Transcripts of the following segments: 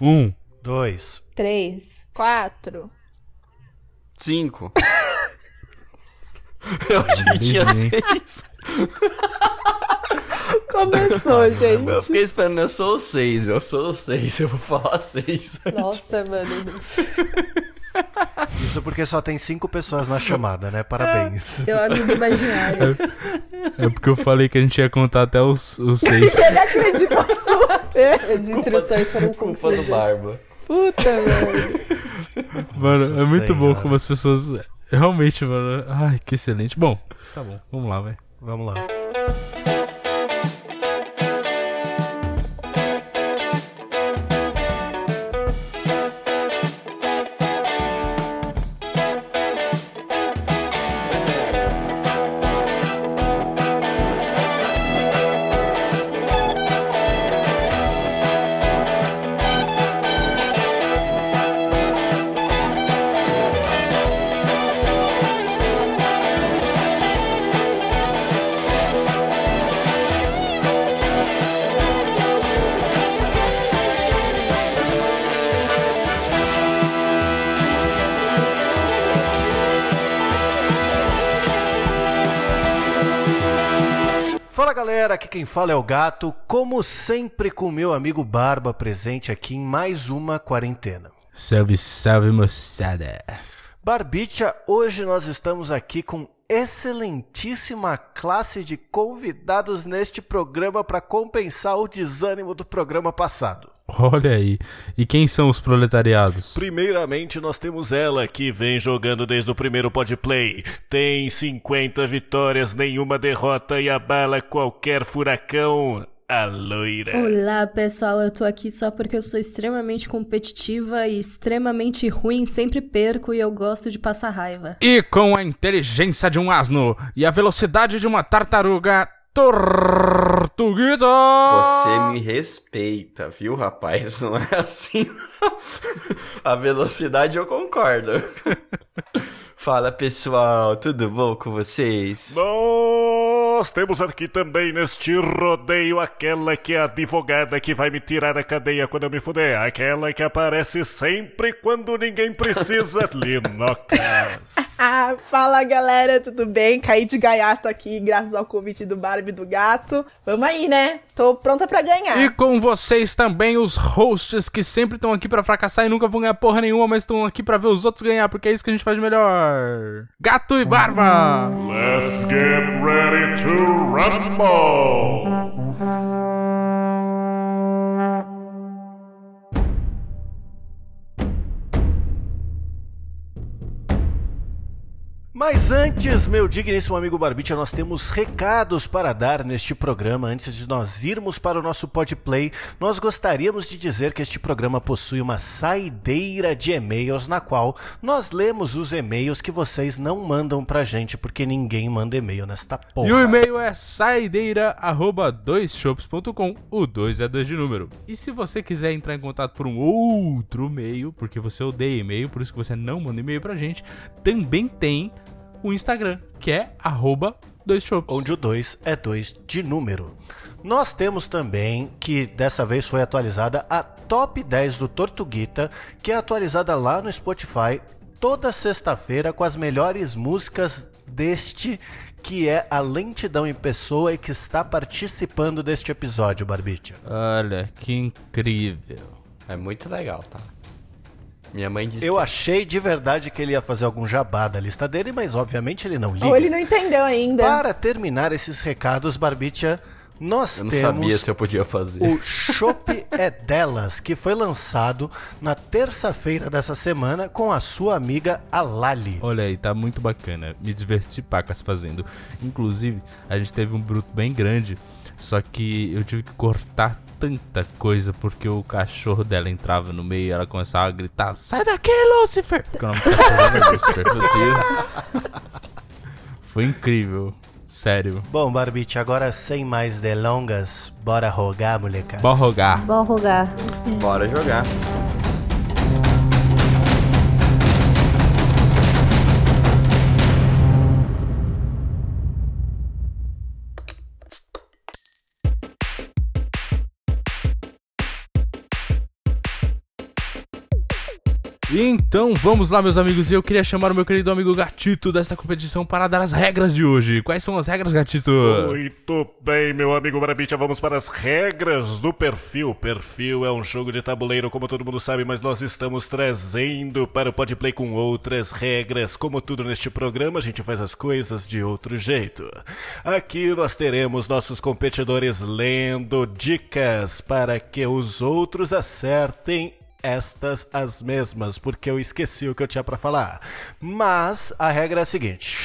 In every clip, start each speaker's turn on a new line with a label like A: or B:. A: Um,
B: dois,
C: Três, quatro.
D: Cinco. Eu achei que tinha
A: Entendi.
D: seis.
C: Começou, gente.
D: Eu fiquei esperando, eu sou o seis, eu sou o seis, eu vou falar seis.
C: Nossa, mano.
B: Isso porque só tem cinco pessoas na chamada, né? Parabéns.
C: Meu amigo imaginário.
A: é porque eu falei que a gente ia contar até os, os seis.
C: Ele acreditou na sua fé. As instruções foram
D: Culpa do
C: confusas.
D: Barba.
C: Puta, mano.
A: Mano,
B: Nossa
A: é muito bom
B: Senhora.
A: como as pessoas. Realmente, mano. Ai, que excelente. Bom, tá bom. Vamos lá, vai.
B: Vamos lá. Fala galera, aqui quem fala é o Gato, como sempre com meu amigo Barba presente aqui em mais uma quarentena.
A: Salve, salve, moçada.
B: Barbicha, hoje nós estamos aqui com excelentíssima classe de convidados neste programa para compensar o desânimo do programa passado.
A: Olha aí. E quem são os proletariados?
B: Primeiramente, nós temos ela que vem jogando desde o primeiro podplay. Tem 50 vitórias, nenhuma derrota e abala qualquer furacão. A loira.
C: Olá, pessoal. Eu tô aqui só porque eu sou extremamente competitiva e extremamente ruim, sempre perco e eu gosto de passar raiva.
A: E com a inteligência de um asno e a velocidade de uma tartaruga tortuguita.
D: Você me respeita, viu, rapaz? Não é assim. A velocidade eu concordo. Fala pessoal, tudo bom com vocês?
B: Nós temos aqui também neste rodeio aquela que é a advogada que vai me tirar da cadeia quando eu me fuder. Aquela que aparece sempre quando ninguém precisa. Linocas.
E: Ah, fala galera, tudo bem? Caí de gaiato aqui, graças ao convite do Barbie e do Gato. Vamos aí, né? Tô pronta pra ganhar.
A: E com vocês também os hosts que sempre estão aqui pra fracassar e nunca vão ganhar porra nenhuma, mas estão aqui pra ver os outros ganhar, porque é isso que a gente faz de melhor. Gato e Barba!
B: Let's get ready to rumble. Mas antes, meu digníssimo amigo Barbicha, nós temos recados para dar neste programa. Antes de nós irmos para o nosso podplay, nós gostaríamos de dizer que este programa possui uma saideira de e-mails na qual nós lemos os e-mails que vocês não mandam pra gente, porque ninguém manda e-mail nesta porra.
A: E o e-mail é saideira@doisshops.com. O 2 é 2 de número. E se você quiser entrar em contato por um outro e-mail, porque você odeia e-mail, por isso que você não manda e-mail pra gente, também tem o Instagram, que é arroba doisshops.
B: onde o 2 é 2 de número. Nós temos também que dessa vez foi atualizada a top 10 do Tortuguita, que é atualizada lá no Spotify toda sexta-feira com as melhores músicas deste que é a lentidão em pessoa e que está participando deste episódio, Barbicha.
A: Olha, que incrível.
D: É muito legal, tá? Minha mãe disse
B: Eu achei de verdade que ele ia fazer algum jabá da lista dele, mas obviamente ele não liga.
E: Ou ele não entendeu ainda.
B: Para terminar esses recados, Barbicha, nós
D: que eu não sabia
B: temos
D: se eu podia fazer.
B: O Chopp é Delas, que foi lançado na terça-feira dessa semana com a sua amiga Alali.
A: Olha aí, tá muito bacana. Me diverti pacas fazendo. Inclusive, a gente teve um bruto bem grande, só que eu tive que cortar tanta coisa porque o cachorro dela entrava no meio e ela começava a gritar: Sai daqui, Lucifer! Porque o nome do cachorro era Lucifer, meu Deus. né? Foi incrível, sério.
B: Bom, Barbite, agora sem mais delongas, bora rogar, molecada.
A: Bom rogar.
C: Bom rogar.
D: Bora jogar.
A: Então vamos lá, meus amigos. E eu queria chamar o meu querido amigo Gatito desta competição para dar as regras de hoje. Quais são as regras, Gatito?
B: Muito bem, meu amigo Marabicha, vamos para as regras do perfil. Perfil é um jogo de tabuleiro, como todo mundo sabe, mas nós estamos trazendo para o Podplay com outras regras. Como tudo neste programa, a gente faz as coisas de outro jeito. Aqui nós teremos nossos competidores lendo dicas para que os outros acertem estas as mesmas, porque eu esqueci o que eu tinha para falar. Mas a regra é a seguinte: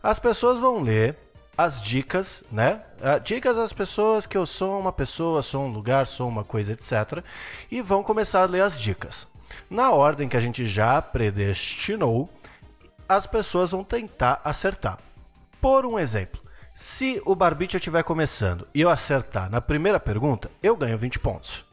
B: as pessoas vão ler as dicas, né? Ah, Dicas às pessoas que eu sou uma pessoa, sou um lugar, sou uma coisa, etc. E vão começar a ler as dicas. Na ordem que a gente já predestinou, as pessoas vão tentar acertar. Por um exemplo, se o Barbicha estiver começando e eu acertar na primeira pergunta, eu ganho 20 pontos.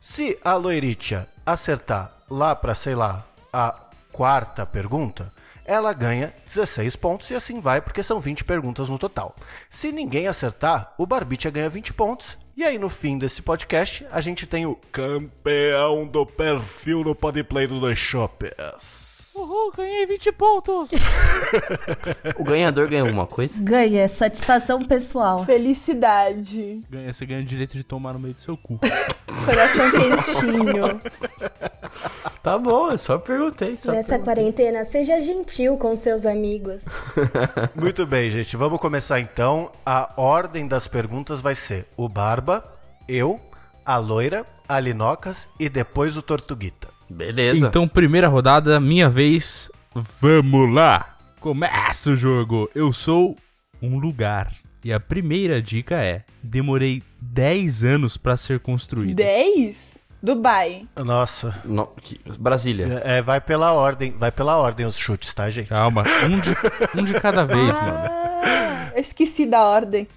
B: Se a Loiritia acertar lá para, sei lá, a quarta pergunta, ela ganha 16 pontos e assim vai, porque são 20 perguntas no total. Se ninguém acertar, o Barbicha ganha 20 pontos. E aí, no fim desse podcast, a gente tem o campeão do perfil no Podplay do Dois Shoppers.
A: Uhul, ganhei 20 pontos!
F: O ganhador ganha alguma coisa?
C: Ganha satisfação pessoal.
E: Felicidade.
A: Ganha, você ganha o direito de tomar no meio do seu cu.
E: Coração quentinho.
F: Tá bom, eu só perguntei. Só
G: Nessa quarentena, seja gentil com seus amigos.
B: Muito bem, gente. Vamos começar então. A ordem das perguntas vai ser o Barba, eu, a Loira, a Linocas e depois o Tortuguita.
F: Beleza.
A: então, primeira rodada, minha vez. Vamos lá! Começa o jogo! Eu sou um lugar. E a primeira dica é: demorei 10 anos pra ser construído.
E: 10? Dubai.
B: Nossa.
F: No- que- Brasília.
B: É, é, vai pela ordem, vai pela ordem os chutes, tá, gente?
A: Calma, um de, um de cada vez, mano.
E: Ah, eu esqueci da ordem.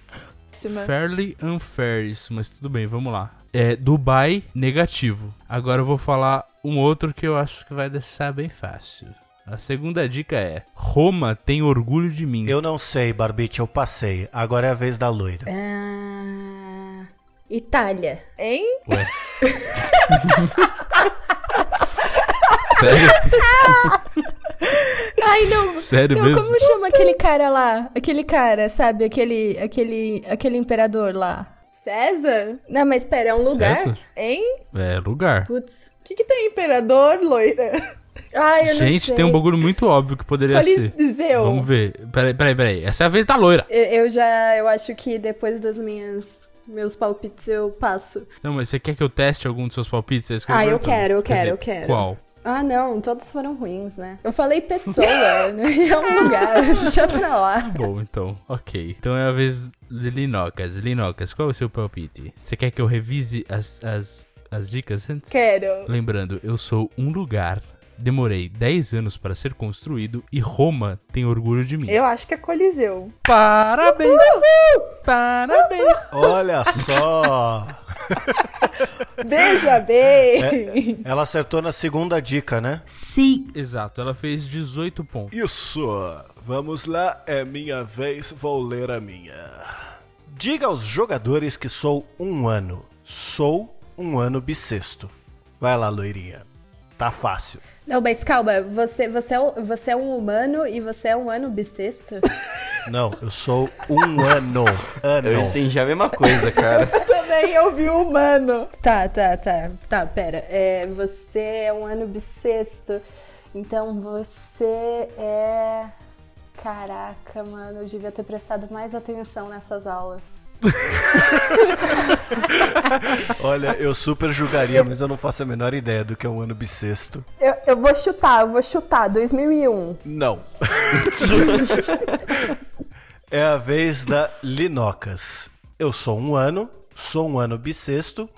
E: Próxima.
A: Fairly unfairs, mas tudo bem, vamos lá. É Dubai negativo. Agora eu vou falar um outro que eu acho que vai deixar bem fácil. A segunda dica é: Roma tem orgulho de mim.
B: Eu não sei, Barbite, eu passei. Agora é a vez da loira.
G: Ah, Itália.
E: Hein?
A: Sério,
G: Ai, não.
A: sério
C: Não,
A: mesmo?
C: como chama aquele cara lá? Aquele cara, sabe? Aquele, aquele, aquele imperador lá.
E: César?
G: Não, mas pera, é um lugar?
A: Essa?
E: Hein?
A: É lugar.
G: Putz.
E: O que, que tem imperador, loira?
G: Ai, eu não
A: Gente,
G: sei.
A: tem um bagulho muito óbvio que poderia ser.
E: Coliseu.
A: Vamos ver. Peraí, peraí, peraí. Essa é a vez da loira.
C: Eu, eu já, eu acho que depois das minhas, meus palpites eu passo.
A: Não, mas você quer que eu teste algum dos seus palpites? É isso que
C: Ah,
A: tô
C: eu
A: perguntando.
C: quero, eu
A: Quer
C: quero,
A: dizer,
C: eu quero.
A: Qual?
C: Ah, não, todos foram ruins, né? Eu falei pessoa, né? é um lugar, deixa pra lá.
A: Bom, então, ok. Então é a vez de Linocas. Linocas, qual é o seu palpite? Você quer que eu revise as, as, as dicas antes?
E: Quero.
A: Lembrando, eu sou um lugar, demorei 10 anos para ser construído e Roma tem orgulho de mim.
E: Eu acho que é Coliseu.
A: Parabéns! Parabéns!
B: Olha só!
E: Veja bem.
B: Ela acertou na segunda dica, né?
C: Sim.
A: Exato, ela fez 18 pontos.
B: Isso! Vamos lá, é minha vez, vou ler a minha. Diga aos jogadores que sou um ano. Sou um ano bissexto. Vai lá, loirinha. Tá fácil.
C: Não, mas calma, você, você, é, um- você é um humano e você é um ano bissexto?
B: Não, eu sou um ano.
D: É, Eu
B: Ano.
D: entendi a mesma coisa, cara.
E: Também eu vi
C: um
E: o humano.
C: tá, tá, tá. Tá, pera. É, você é um ano bissexto, então você é. Caraca, mano, eu devia ter prestado mais atenção nessas aulas.
B: Olha, eu super julgaria, mas eu não faço a menor ideia do que é um ano bissexto.
C: Eu, eu vou chutar, eu vou chutar, 2001.
B: Não. é a vez da Linocas. Eu sou um ano, sou um ano bissexto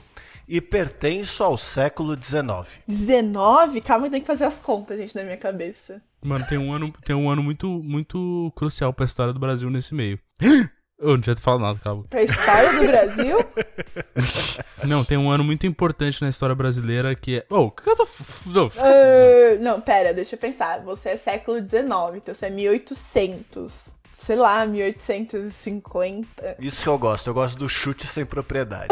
B: e pertenço ao século XIX.
E: 19? Calma, eu tenho que fazer as contas, gente, na minha cabeça.
A: Mano, tem um ano, tem um ano muito, muito crucial pra história do Brasil nesse meio. Eu não tinha falado nada, calma.
E: Pra história do Brasil?
A: Não, tem um ano muito importante na história brasileira que é. Oh, o que que eu tô. f- f- não, f-
E: Ah, não, pera, deixa eu pensar. Você é século XIX, então você é 1800. Sei lá, 1850.
B: Isso que eu gosto, eu gosto do chute sem propriedade.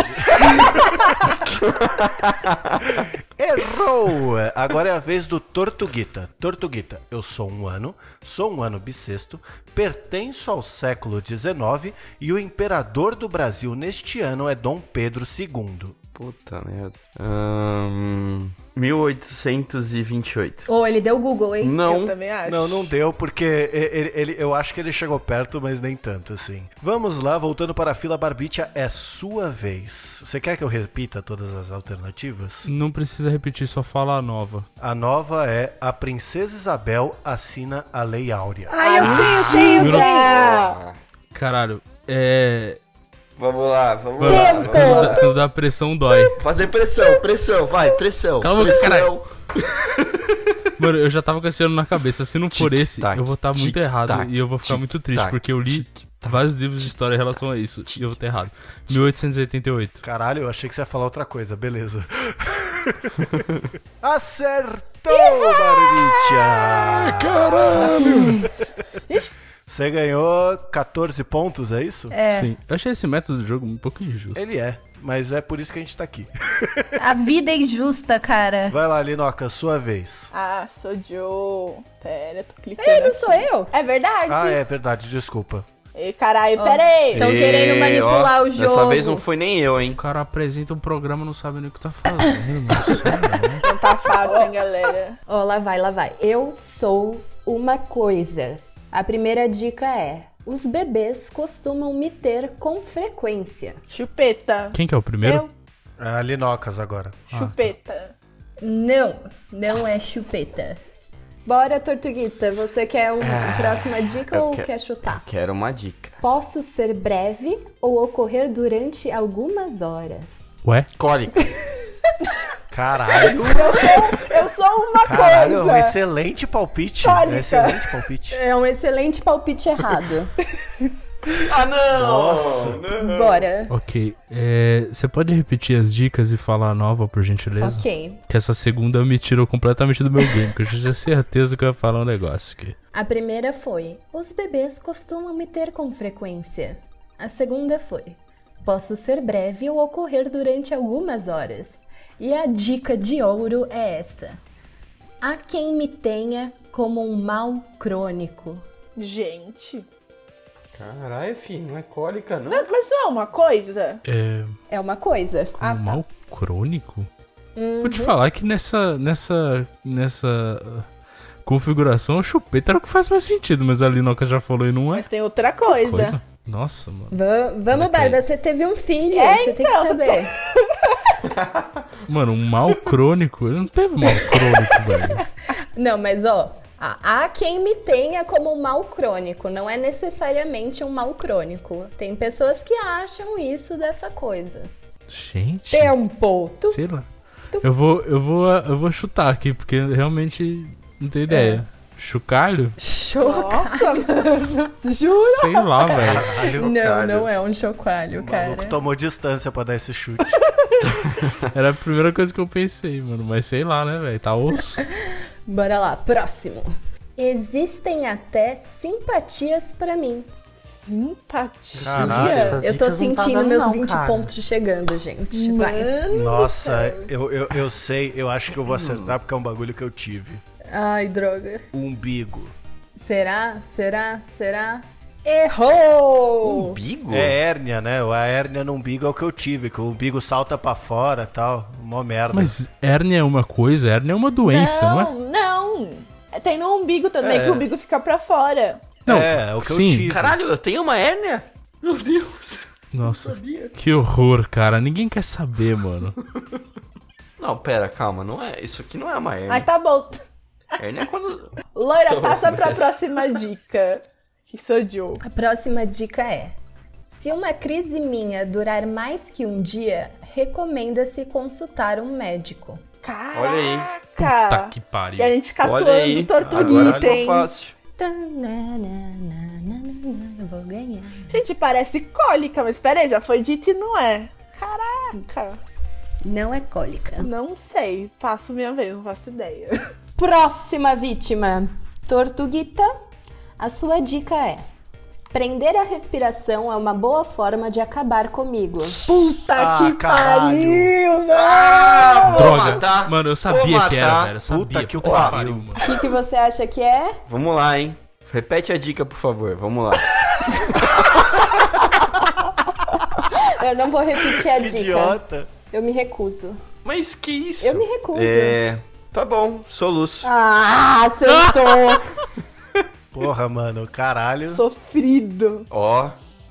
B: Errou! Agora é a vez do Tortuguita. Tortuguita, eu sou um ano, sou um ano bissexto, pertenço ao século XIX e o imperador do Brasil neste ano é Dom Pedro II.
D: Puta merda. Ahn, 1828.
G: Ou ele deu Google, hein?
E: Eu
D: Não.
E: também acho.
B: Não, não deu, porque e- ele, ele- eu acho que ele chegou perto, mas nem tanto assim. Vamos lá, voltando para a fila Barbicha, é sua vez. Você quer que eu repita todas as alternativas?
A: Não precisa repetir, só fala a nova.
B: A nova é A Princesa Isabel assina a Lei Áurea.
E: Ai, eu sei, eu sei, eu
B: Ah,
E: sei. Ah,
A: Caralho, é.
D: Vamos lá, vamos lá.
A: Mano,
D: vamos lá.
A: Quando, dá, quando dá pressão dói.
D: Fazer pressão, pressão, vai, pressão.
A: Calma,
D: pressão.
A: caralho. Mano, eu já tava com esse ano na cabeça. Se não for esse,
D: Tic-tac,
A: eu vou estar muito
D: tic-tac,
A: errado e eu vou ficar muito triste,
D: tic-tac,
A: porque eu li vários livros de história em relação a isso e eu vou estar errado. 1888.
B: Caralho, eu achei que você ia falar outra coisa, beleza. Acertou, Barbicha! Caralho! Você ganhou 14 pontos, é isso? É.
A: Sim. Eu achei esse método do jogo um pouco injusto.
B: Ele é, mas é por isso que a gente tá aqui.
G: A vida é injusta, cara.
B: Vai lá, Linoca, sua vez.
E: Ah, sou Joe. Pera, tô clicando.
G: Ei, não
E: aqui.
G: sou eu?
E: É verdade.
B: Ah, é verdade, desculpa.
E: Ei, caralho, Então pera aí.
G: Tão querendo
D: Ê,
G: manipular
D: ó,
G: o
D: Dessa
G: jogo.
D: vez não foi nem eu,
A: O
D: hein?
A: cara apresenta um programa e não sabe nem o que tá fazendo.
E: Não tá fácil, hein, galera.
G: Ó, lá vai, lá vai. Eu sou uma coisa. A primeira dica é: os bebês costumam me ter com frequência.
E: Chupeta.
A: Quem que é o primeiro? Ah.
E: Eu.
B: Ah, Linocas agora.
E: Chupeta.
G: Não, não é chupeta. Bora, Tortuguita, você quer um- uma próxima dica
D: Ah, eu
G: ou
D: quero-
G: quer chutar?
D: Quero uma dica.
G: Posso ser breve ou ocorrer durante algumas horas.
A: Ué?
D: Cólica.
B: Caralho,
E: Eu sou uma
B: caralho, é um
E: coisa.
B: excelente palpite.
E: Tónica.
B: Excelente palpite.
G: É um excelente palpite errado.
D: ah, não!
B: Nossa.
G: Bora.
A: Ok. é, Você pode repetir as dicas e falar a nova, por gentileza?
G: Ok.
A: Que essa segunda me tirou completamente do meu game, que eu já tinha certeza que eu ia falar um negócio aqui.
G: A primeira foi: os bebês costumam me ter com frequência. A segunda foi: posso ser breve ou ocorrer durante algumas horas. E a dica de ouro é essa: há quem me tenha como um mal crônico.
E: Gente.
F: Caralho, filho, não é cólica, não?
E: Não, mas não é uma coisa?
A: É.
G: É uma coisa.
E: Ah,
A: Um
E: tá. Uhum.
A: mal crônico? Vou te falar que nessa. nessa. nessa. uh, configuração a chupeta era o que faz mais sentido, mas a Linoca já falou e não é
E: Mas tem outra coisa.
A: coisa. Nossa, mano.
G: Va- vamos,
A: Peraí.
G: Barba, você teve um filho,
E: É,
G: você tem que
E: então,
G: saber.
A: Mano, um mal crônico? Ele não teve mal crônico, velho.
G: Não, mas ó, há há quem me tenha como um mal crônico, não é necessariamente um mal crônico. Tem pessoas que acham isso dessa coisa.
A: Gente.
G: Tempo! Tu-
A: Sei lá. Eu vou, eu vou, eu vou chutar aqui, porque realmente não tenho ideia.
D: É.
A: Chocalho?
G: Choca-
E: Nossa, mano.
A: Sei lá, velho.
B: Caralho,
G: Não, não é um chocalho,
B: o maluco
G: cara.
B: tomou distância pra dar esse chute.
A: Era a primeira coisa que eu pensei, mano. Mas sei lá, né, velho? Tá osso.
G: Bora lá, próximo. Existem até simpatias pra mim.
E: Simpatia.
B: Caralho.
G: Eu tô
F: dicas não tá
G: sentindo
F: dando
G: meus
F: não,
G: 20
F: cara.
G: pontos chegando, gente. Vai.
E: Mano.
B: Nossa, eu, eu, eu sei, eu acho que eu vou acertar porque é um bagulho que eu tive.
G: Ai, droga.
B: Umbigo.
G: Será? Será? Será?
E: Errou!
D: Umbigo?
B: É hérnia, né? A hérnia no umbigo é o que eu tive, que o umbigo salta pra fora e tal. Mó merda.
A: Mas hérnia é uma coisa, hérnia é uma doença, não, é?
E: não, não. É, Tem no umbigo
F: É.
E: também, que o umbigo fica pra fora.
A: Não,
B: é, é o que eu
A: sim.
B: tive.
D: Caralho, eu tenho uma hérnia? Meu Deus.
A: Nossa, que horror, cara. Ninguém quer saber, mano.
D: Não, pera, calma, não é, isso aqui não é uma hérnia.
E: Ai, tá bom.
D: Hérnia é quando...
E: Loira,
D: Tô
E: passa pra
D: nessa.
E: próxima dica. Que sou Joe.
G: A próxima dica é: se uma crise minha durar mais que um dia, recomenda-se consultar um médico.
D: Olha
E: Caraca!
A: Tá que
E: E a
A: pariu.
E: gente fica
D: Olha aí.
E: suando
D: Agora
E: tortuguita,
D: ficou
E: hein?
D: fácil.
G: Tananana, Vou ganhar.
E: Gente, parece cólica, mas peraí, já foi dito e não é. Caraca!
G: Não é cólica.
E: Não sei. Passo minha vez, não faço ideia.
G: Próxima vítima: Tortuguita. A sua dica é: Prender a respiração é uma boa forma de acabar comigo.
E: Puta
B: Ah,
E: que
B: caralho.
E: pariu, não!
A: Droga!
D: matar,
A: mano, eu
D: vou
A: sabia que era,
D: matar.
A: velho. Eu sabia.
B: Puta que o
A: Puta
B: pariu,
A: mano.
G: O que, que você acha que é?
D: Vamos lá, hein? Repete a dica, por favor. Vamos lá.
G: Eu não vou repetir a dica.
B: Idiota.
G: Eu me recuso.
D: Mas que isso?
G: Eu me recuso.
D: É. Tá bom, soluço.
E: Ah, acertou!
B: Porra, mano, caralho.
E: Sofrido!
D: Ó,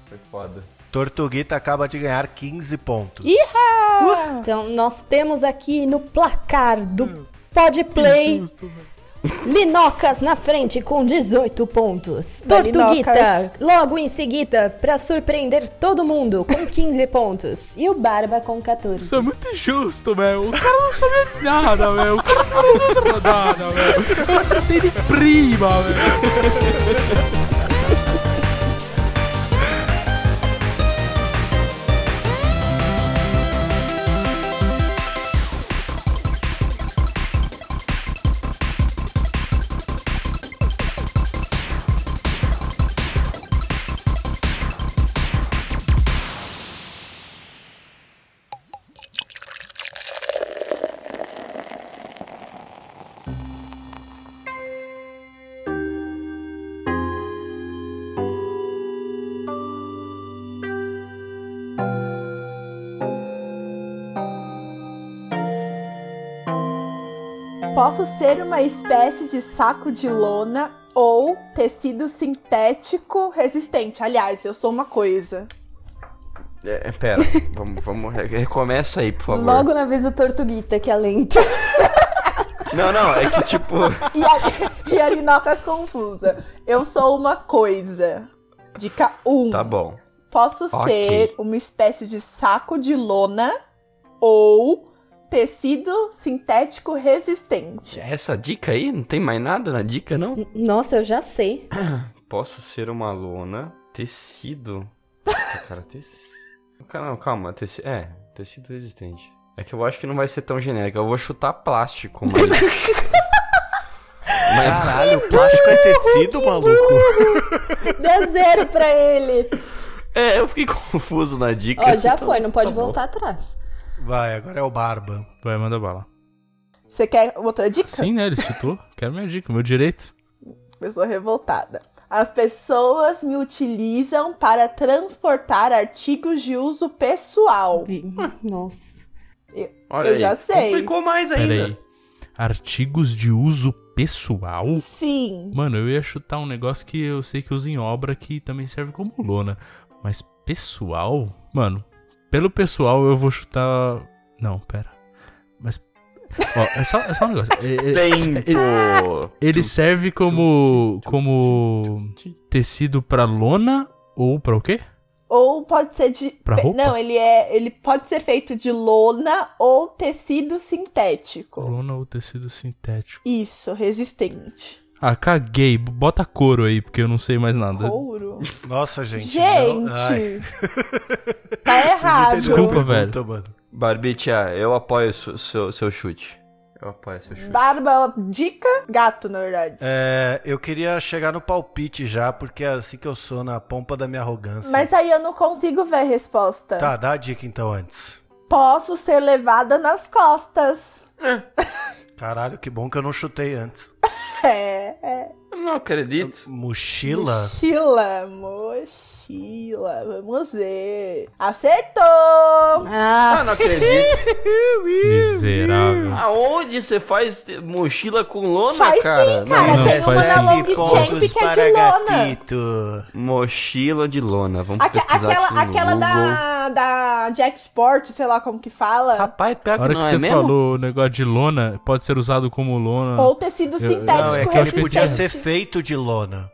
D: foi foda.
B: Tortuguita acaba de ganhar 15 pontos.
G: Então, nós temos aqui no placar do Podplay Linocas na frente com 18 pontos.
E: Vai,
G: Tortuguita,
E: Linocas.
G: logo em seguida, pra surpreender todo mundo, com 15 pontos. E o Barba com 14.
A: Isso é muito injusto, velho. O cara não sabia de nada, velho. O cara não sabia de nada, velho. Eu sentei de prima, velho.
E: Posso ser uma espécie de saco de lona ou tecido sintético resistente. Aliás, eu sou uma coisa.
D: É, pera, vamos, vamos. re- Recomeça aí, por favor.
G: Logo na vez do Tortuguita, que é lento.
D: Não, não, é que tipo.
E: E a, e a Linocas confusa. Eu sou uma coisa. Dica 1.
D: Tá bom.
E: Posso
D: Ok.
E: ser uma espécie de saco de lona ou tecido sintético resistente.
D: Essa dica aí, não tem mais nada na dica, não?
G: Nossa, eu já sei.
D: Posso ser uma lona, tecido. Puta, Cara, tecido. Não, calma, tecido. É, tecido resistente. É que eu acho que não vai ser tão genérico. Eu vou chutar plástico, mas. mas
B: Caralho, o plástico é tecido, maluco.
G: Dá zero pra ele.
D: é, eu fiquei confuso na dica.
G: Ó, já
D: então
G: foi, não pode
D: tá bom.
G: voltar atrás.
B: Vai, agora é o Barba.
A: Vai, manda bala.
E: Você quer outra dica?
A: Sim, né? Ele citou. Quero minha dica, meu direito.
E: Eu sou revoltada. As pessoas me utilizam para transportar artigos de uso pessoal.
G: Nossa.
D: Olha
E: Eu
D: aí,
E: já sei.
D: Complicou mais ainda.
A: Pera aí. Artigos de uso pessoal?
E: Sim.
A: Mano, eu ia chutar um negócio que eu sei que usa em obra que também serve como lona. Mas pessoal? Mano, pelo pessoal eu vou chutar. Não, pera. Mas. Ó, é só, é só um negócio. Ele, ele-
D: Tempo!
A: ele serve como. como. tecido pra lona ou pra o quê?
E: Ou pode ser de.
A: Pra
E: pe-
A: roupa?
E: Não, ele é. Ele pode ser feito de lona ou tecido sintético.
A: Lona ou tecido sintético.
E: Isso, resistente.
A: Ah, caguei. Bota couro aí, porque eu não sei mais nada.
E: Couro.
B: Nossa, gente. não- Ai,
E: Gente! Tá errado.
A: Desculpa, velho.
B: puta, mano.
D: Barbitia, ah, eu apoio seu, seu, seu chute. Eu apoio seu chute.
E: Barba, dica, gato, na verdade.
B: É, eu queria chegar no palpite já, porque é assim que eu sou na pompa da minha arrogância.
E: Mas aí eu não consigo ver a resposta.
B: Tá, dá a dica então antes.
E: Posso ser levada nas costas.
B: Caralho, que bom que eu não chutei antes.
E: É.
D: Eu não acredito.
B: Mochila?
E: Mochila, mochila. Vamos ver. Acertou!
D: Ah, não acredito.
A: Miserável.
D: Aonde você faz te- mochila com lona,
E: Faz
D: cara?
E: sim, cara.
A: Não,
B: é
E: Tem
A: faz
E: uma na long
A: sentido.
E: jump que é de lona.
B: gatito.
D: Mochila de lona. Vamos
E: Aque-
D: pesquisar aqui no
E: aquela aquela
D: Google.
E: da, da Jack Sport, sei lá como que fala.
F: Rapaz, pior
A: A hora
F: que
A: que
F: não
A: você
F: é mesmo?
A: falou o negócio de lona, pode ser usado como lona.
E: Ou tecido
A: eu-
E: sintético
B: Não, é que ele
E: resistente.
B: podia ser feito de lona.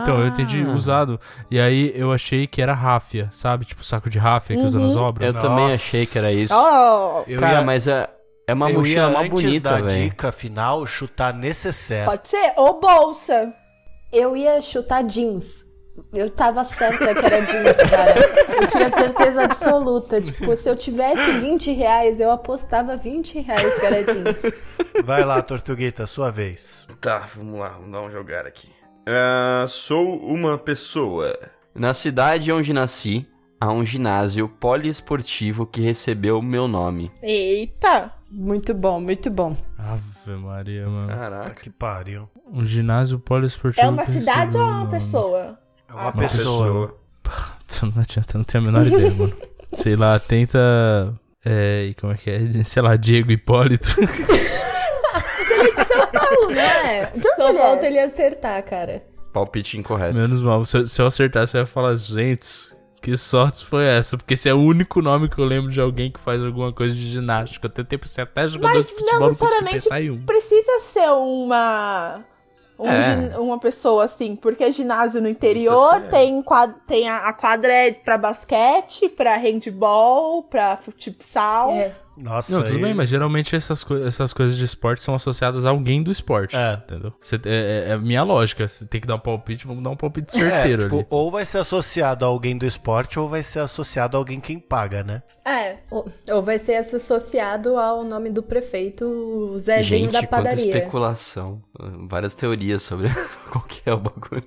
A: Então, eu
E: Ah.
A: entendi usado. E aí eu achei que era ráfia, sabe? Tipo saco de ráfia que usa nas
E: Uhum.
A: obras.
F: Eu também
B: Nossa.
F: achei que era isso.
E: Oh,
B: Eu
D: Cara,
B: ia,
D: mas é, é uma
B: eu ia
D: mochila mais
B: antes da
D: bonita, velho.
B: dica final chutar necessário.
E: pode ser. Ou bolsa.
G: Eu ia chutar jeans. Eu tava certa que era jeans, cara. Eu tinha certeza absoluta. Tipo, se eu tivesse 20 reais, eu apostava 20 reais que era jeans.
B: Vai lá, Tortuguita, sua vez.
D: Tá, vamos lá, vamos dar um jogar aqui. Ah, sou uma pessoa. Na cidade onde nasci, há um ginásio poliesportivo que recebeu meu nome.
E: Eita!
C: Muito bom, muito bom.
A: Ave Maria, mano.
D: Caraca.
B: Que pariu.
A: Um ginásio poliesportivo.
E: É
D: um
E: uma
A: que
E: cidade
A: recebeu
E: ou é uma
A: nome.
E: pessoa?
B: É uma
E: Ah,
B: pessoa.
A: Pá, Não adianta, não tenho a menor ideia, mano. Sei lá, tenta. É, e como é que é? Sei lá, Diego Hipólito.
G: né?
E: onde
G: Só
E: ele é?
G: falta ele acertar, cara.
D: Palpite incorreto.
A: Menos mal. Se eu, se eu acertasse, eu ia falar, gente, que sorte foi essa? Porque esse é o único nome que eu lembro de alguém que faz alguma coisa de ginástica. Eu tentei pensar é até jogador
E: Mas
A: de
E: não
A: futebol, não consegui
E: necessariamente
A: pensar em um.
E: precisa ser uma. um
D: É.
E: gin- uma pessoa assim, porque é ginásio no interior, tem, quad- tem a, a quadra é pra basquete, pra handball, pra futsal.
G: É.
B: Nossa,
A: Não, tudo
B: aí-
A: bem, mas geralmente essas, coi- essas coisas de esporte são associadas a alguém do esporte,
B: É.
A: entendeu? Cê- é, é- é a minha lógica, você tem que dar um palpite, vamos dar um palpite
B: É,
A: certeiro
B: tipo,
A: ali.
B: ou vai ser associado a alguém do esporte ou vai ser associado a alguém quem paga, né?
G: É, ou, ou vai ser associado ao nome do prefeito Zezinho
D: Gente,
G: da
D: quanta
G: padaria.
D: especulação. Várias teorias sobre qual que é o bagulho.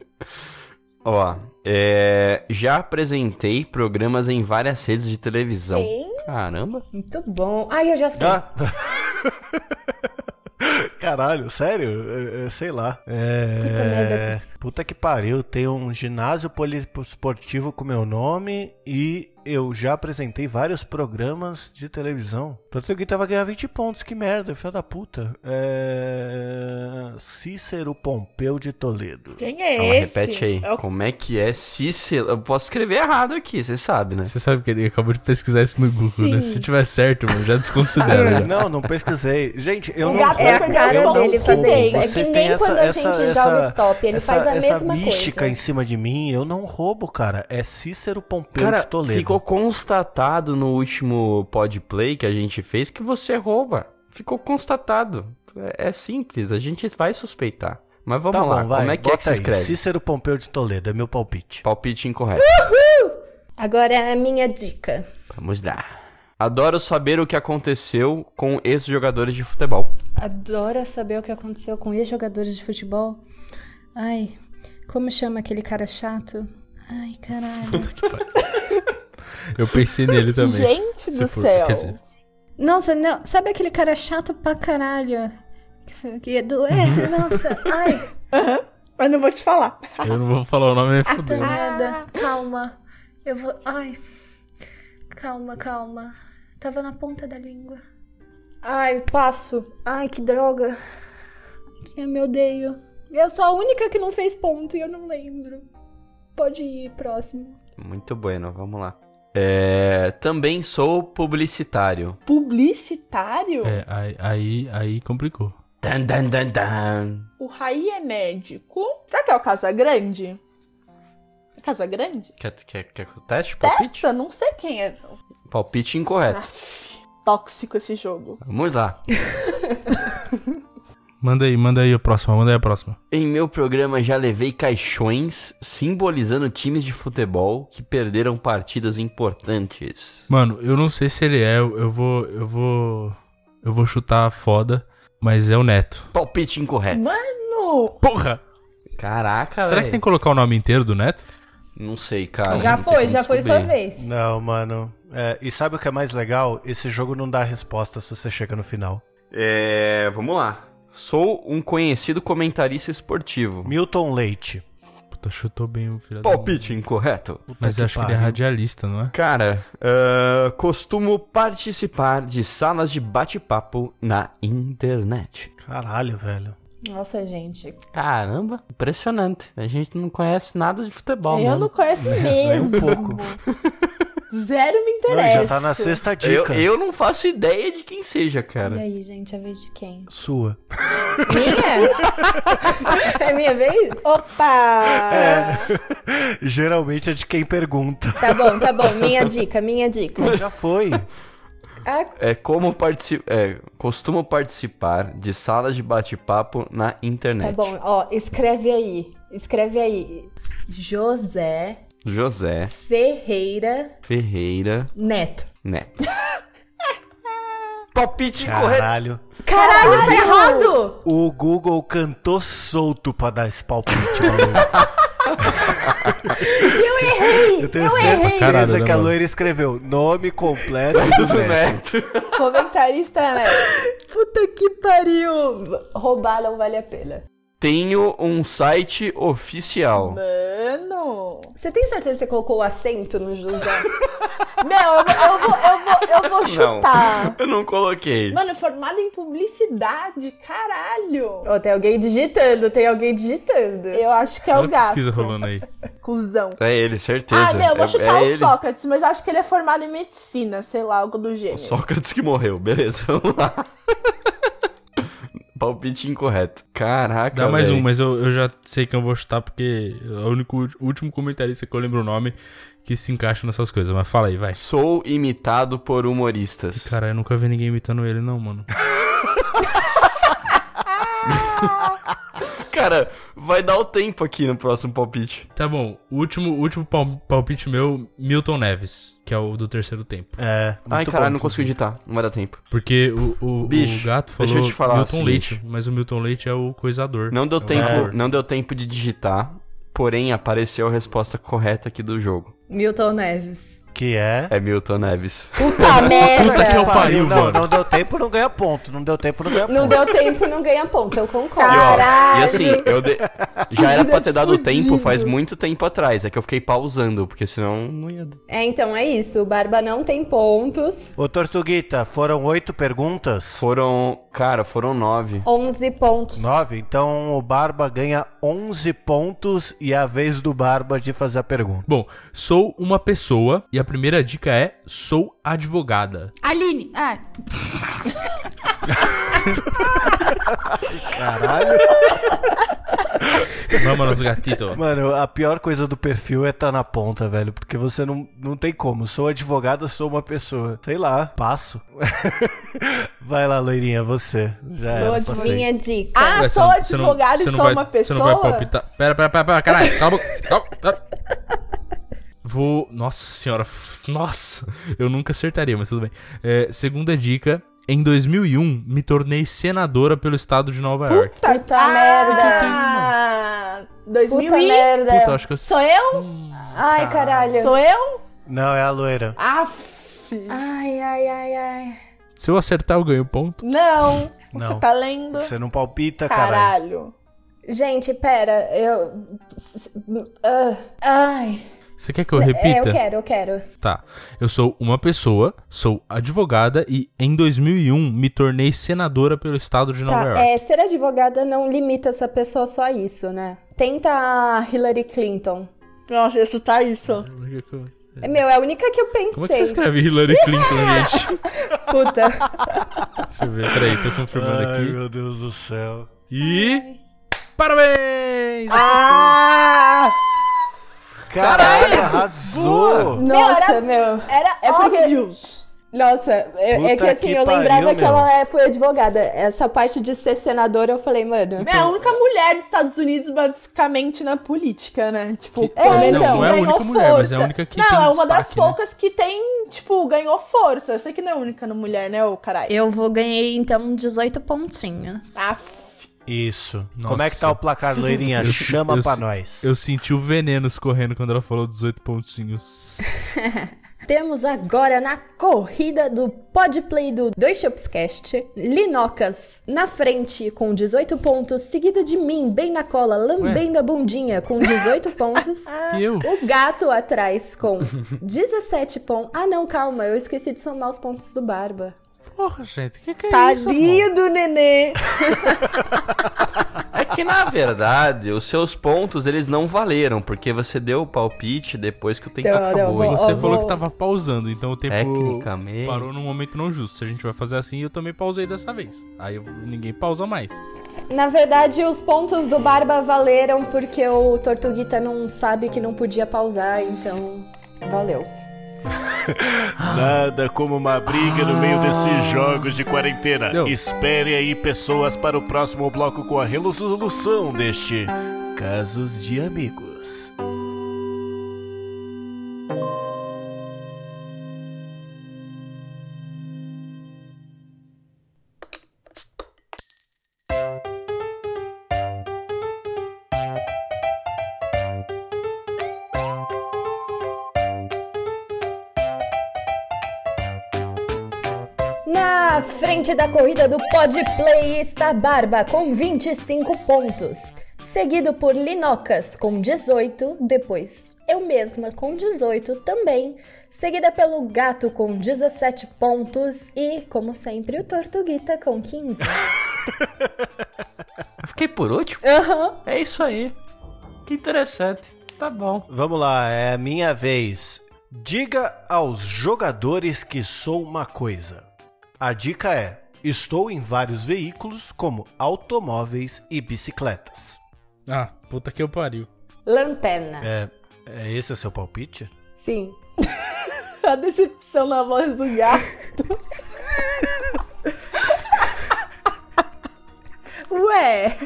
D: Ó, é, já apresentei programas em várias redes de televisão. Caramba.
G: Muito bom. Ai, eu já sei.
B: Ah. Caralho, sério? É, é, Sei lá. É...
G: Puta merda.
B: Puta que pariu, tem um ginásio poliesportivo com meu nome e eu já apresentei vários programas de televisão. Portuguita vai ganhar 20 pontos, que merda, filho da puta. É... Cícero Pompeu de Toledo.
E: Quem é
D: Ela
E: esse?
D: então repete aí.
E: É o-
D: Como é que é Cícero? Eu posso escrever errado aqui, você sabe, né?
A: Você sabe que ele acabou de pesquisar isso no Google, né?
E: Sim. É.
A: Se tiver certo, mano, já desconsidera. né? já.
B: Não, não pesquisei. Gente, eu
G: Um
E: O
B: não
E: gato
B: vou,
E: é a cara
B: eu não
E: dele
B: vou.
E: fazer isso. É
G: que
B: Vocês
G: nem
B: têm
G: quando a gente joga stop, ele
B: essa-
G: faz a
B: essa
G: mesma coisa.
B: mística em cima de mim, eu não roubo, cara. É Cícero Pompeu
D: Cara,
B: de Toledo.
D: ficou constatado no último podplay que a gente fez que você rouba. Ficou constatado. É, é simples, a gente vai suspeitar. Mas vamos
B: Tá
D: lá,
B: bom, vai.
D: como é que
B: bota
D: é que se
B: aí.
D: escreve?
B: Cícero Pompeu de Toledo, é meu palpite.
D: Palpite incorreto.
G: Agora é a minha dica.
D: Vamos lá. Adoro saber o que aconteceu com esses jogadores de futebol.
G: Adora saber o que aconteceu com ex-jogadores de futebol. Ai, como chama aquele cara chato? Ai, caralho.
A: Eu pensei nele também.
E: Gente
A: Se
E: do
A: for-
E: céu.
A: Quer dizer,
G: Nossa, não. Sabe aquele cara chato pra caralho? Que- Que é do. É, nossa. Ai,
E: Mas não vou te falar.
A: eu não vou falar o nome, é
G: puta
A: fudeu.
G: merda. Ah, Calma. Eu vou. Ai. Calma, calma. Tava na ponta da língua. Ai, passo. Ai, que droga. Que eu me odeio. Eu sou a única que não fez ponto e eu não lembro. Pode ir, próximo.
D: Muito bueno, vamos lá. É, também sou publicitário.
E: Publicitário?
A: É, aí, aí, aí complicou.
D: Dan, dan, dan, dan.
E: O Raí é médico. Será que é o Casa Grande? É Casa Grande?
D: Quer, quer, quer que eu teste? Palpite?
E: Testa, não sei quem é.
D: Palpite incorreto.
E: Tóxico esse jogo.
D: Vamos lá.
A: Manda aí, manda aí a próxima, manda aí a próxima.
D: Em meu programa já levei caixões simbolizando times de futebol que perderam partidas importantes.
A: Mano, eu não sei se ele é, eu eu vou. Eu vou. Eu vou chutar foda, mas é o Neto.
D: Palpite incorreto.
E: Mano!
A: Porra!
D: Caraca,
A: Será que
D: véi.
A: tem que colocar o nome inteiro do Neto?
D: Não sei, cara.
G: Já
D: Ah, Não tem
G: foi,
D: como
G: já foi sua
D: descobrir.
G: vez.
B: Não, mano. É, e sabe o que é mais legal? Esse jogo não dá resposta se você chega no final.
D: É, vamos lá. Sou um conhecido comentarista esportivo.
B: Milton Leite.
A: Puta, chutou bem o filho da
D: Palpite incorreto.
A: mãe.
B: Puta
A: Mas eu acho que ele é
B: pariu.
A: radialista, não é?
D: Cara, ah, costumo participar de salas de bate-papo na internet.
B: Caralho, velho.
G: Nossa, gente.
D: Caramba, impressionante. A gente não conhece nada de futebol,
E: eu não conheço
B: Nem
E: mesmo.
B: um pouco.
E: Zero
B: Não,
E: me interessa.
B: já tá na sexta
D: Eu,
B: dica.
D: eu não faço ideia de quem seja,
G: E
D: cara.
G: aí, gente, a vez de quem?
B: Sua.
G: Minha? é minha vez?
E: Opa!
B: Geralmente é de quem pergunta.
G: Tá bom, tá bom. Minha dica, minha dica.
B: Já foi.
G: Ah,
D: É como participar. É, costumo participar de salas de bate-papo na
G: tá
D: internet.
G: bom, ó, escreve aí. Escreve aí. José
D: José
G: Ferreira
D: Ferreira
G: Neto.
D: Neto. Palpite correto.
B: Caralho.
G: Caralho, tá errado!
B: O Google cantou solto pra dar esse palpite, maluco.
G: Eu errei!
B: Eu tenho
A: errei. Caralho,
B: certeza
A: né,
B: que a
A: mano?
B: loira escreveu nome completo do
D: Do
B: Neto.
D: Neto.
E: Ah, Comentarista, né?
C: Puta que pariu! Roubar não vale a pena.
D: Tenho um site oficial.
E: Mano.
C: Você tem certeza que você colocou o acento no José?
E: Não, eu vou, eu vou, eu vou, eu vou
D: Não,
E: chutar.
D: eu não coloquei.
E: Mano, formada em publicidade, caralho.
C: Ó, tem alguém digitando, tem alguém digitando.
E: Eu acho que é
A: Olha
E: o
A: a
E: gato.
A: pesquisa rolando aí.
E: Cusão.
D: É ele, certeza.
E: Ah, não, eu vou
D: É-
E: chutar
D: é
E: o
D: ele.
E: Sócrates, mas eu acho que ele é formado em medicina, sei lá, algo do gênero.
D: Sócrates que morreu, beleza, vamos lá. Palpite incorreto. Caraca,
A: Dá mais
D: véi.
A: um, mas eu, eu já sei quem eu vou chutar, porque é o único o último comentarista que eu lembro o nome que se encaixa nessas coisas. Mas fala aí, vai.
D: Sou imitado por humoristas.
A: Cara, eu nunca vi ninguém imitando ele, não, mano.
D: Cara, vai dar o tempo aqui no próximo palpite.
A: Tá bom, o último, o último pal- palpite meu, Milton Neves, que é o do terceiro tempo.
B: É,
D: Ai,
B: muito
D: caralho,
B: bom.
D: não consigo editar, não vai dar tempo.
A: Porque o, o,
D: Bicho,
A: o gato
D: deixa
A: falou
D: eu te falar
A: Milton
D: o seguinte.
A: Leite, mas o Milton Leite é o coisador.
D: Não deu
A: É o
D: tempo,
A: narrador.
D: não deu tempo de digitar, porém apareceu a resposta correta aqui do jogo.
G: Milton Neves.
B: Que é.
D: É Milton Neves.
G: Puta
A: Puta que
G: merda!
A: eu é pariu,
B: não,
A: mano.
B: não deu tempo, não ganha ponto. Não deu tempo, não ganha
C: Não
B: ponto.
C: deu tempo, não ganha ponto, eu concordo.
D: E, ó,
E: Caralho!
D: e assim, eu de- já era pra ter dado
E: Fudido.
D: tempo faz muito tempo atrás, é que eu fiquei pausando, porque senão não ia.
C: É, então é isso. O Barba não tem pontos.
B: Ô, Tortuguita, foram oito perguntas?
D: Foram, cara, foram nove.
C: 11 pontos.
B: Nove. Então o Barba ganha 11 pontos e é a vez do Barba de fazer a pergunta.
A: Bom, sou uma pessoa e a primeira dica é sou advogada.
H: Aline, ah,
A: Vamos nos gatitos.
B: Mano, a pior coisa do perfil é tá na ponta, velho. Porque você não, não tem como. Sou advogada, sou uma pessoa. Sei lá, passo. Vai lá, loirinha, você. Já era, passei.
C: Minha dica.
E: Ah,
A: Ué,
E: sou
A: você não- é você não-
E: advogado
A: você
E: e
A: não
E: sou
A: vai-
E: uma
A: Você não vai
E: pessoa?
A: palpitar. Pera, pera, pera, pera, caralho. Calma, calma, calma. Vou. Nossa senhora. Nossa. Eu nunca acertaria, mas tudo bem. É, segunda dica. Em 2001, me tornei senadora pelo estado de Nova York.
E: Puta,
C: Puta merda.
E: Ah,
C: Puta
E: 2000 Ah, e...
C: merda.
A: Puta, eu acho tá. que eu.
E: Sou eu?
C: Ai, caralho.
E: Sou eu?
B: Não, é a loira.
E: Aff.
C: Ai, ai, ai, ai.
A: Se eu acertar, eu ganho ponto.
E: Não.
B: Não.
E: Você tá lendo?
B: Você não palpita,
A: tá
B: caralho.
E: Caralho.
C: Gente, pera, eu. Ah, ai.
A: Você quer que eu
C: É, eu
A: repita?
C: quero, eu quero.
A: Tá. Eu sou uma pessoa, sou advogada e em 2001 me tornei senadora pelo estado de Nova
C: Tá,
A: York.
C: é, ser advogada não limita essa pessoa só a isso, né? Tenta a Hillary Clinton.
E: Nossa, isso tá isso.
A: Uhum.
C: Meu, é a única que eu pensei.
A: Como é que você escreve Hillary Clinton, gente?
C: Puta.
A: Deixa eu ver, peraí, tô confirmando
B: Ai,
A: aqui.
B: meu Deus do céu.
A: E. Parabéns!
E: Ah!
B: Caralho, arrasou!
C: Nossa, meu.
E: Era
C: É porque-
E: óbvios.
C: Nossa, é, é
B: Puta
C: que assim,
B: que
C: eu
B: pariu,
C: lembrava que
B: meu.
C: ela é- foi advogada. Essa parte de ser senadora, eu falei, mano.
A: Tipo,
E: É a única mulher dos Estados Unidos basicamente na política, né? Tipo,
A: Que-
E: pelo
A: É,
E: menos
A: não,
E: que
A: não é a
E: ganhou
A: única mulher, mas
E: força.
A: é a única que
E: não,
A: tem
E: é uma das
A: destaque, né?
E: poucas que tem, tipo, ganhou força. Eu sei que não é a única no mulher, né, ô caralho?
H: eu vou ganhei então 18 pontinhos.
E: Aff.
B: Isso.
A: Nossa.
B: Como é que tá o placar, loirinha?
A: Eu-
B: Chama
A: eu-
B: pra nós.
A: Eu senti o veneno escorrendo quando ela falou 18 pontinhos.
G: Temos agora na corrida do podplay do Dois Chopscast, Linocas na frente com 18 pontos, seguida de mim, bem na cola, lambendo a bundinha com 18 pontos.
A: E eu?
G: O gato atrás com 17 pontos. Ah, não, calma, eu esqueci de somar os pontos do Barba.
A: Porra, gente, o que, que é isso?
E: Tadinho do nenê.
D: É que na verdade, os seus pontos eles não valeram, porque você deu o palpite depois que o tempo
C: Não, não,
D: acabou.
C: vou-
D: hein?
A: Você
C: Ó,
A: falou
C: vou-
A: que tava pausando, então o tempo
D: Tecnicamente.
A: parou num momento não justo. Se a gente vai fazer assim, eu também pausei dessa vez. Aí eu- ninguém pausa mais.
C: Na verdade, os pontos do Barba valeram porque o Tortuguita não sabe que não podia pausar, então valeu.
I: Nada como uma briga no meio desses jogos de quarentena.
A: Deu.
I: Espere aí, pessoas, para o próximo bloco com a resolução deste Casos de Amigos.
G: Na frente da corrida do Pod Play está Barba com 25 pontos, seguido por Linocas com 18, depois eu mesma com 18 também, seguida pelo Gato com 17 pontos e, como sempre, o Tortuguita com 15.
F: Eu fiquei por último?
G: Aham.
F: É isso aí. Que interessante. Tá bom.
B: Vamos lá, é minha vez. Diga aos jogadores que sou uma coisa. A dica é: estou em vários veículos, como automóveis e bicicletas.
A: Ah, puta que eu pariu.
G: Lanterna.
B: É, é esse é seu palpite?
C: Sim.
E: A decepção na voz do gato. Ué,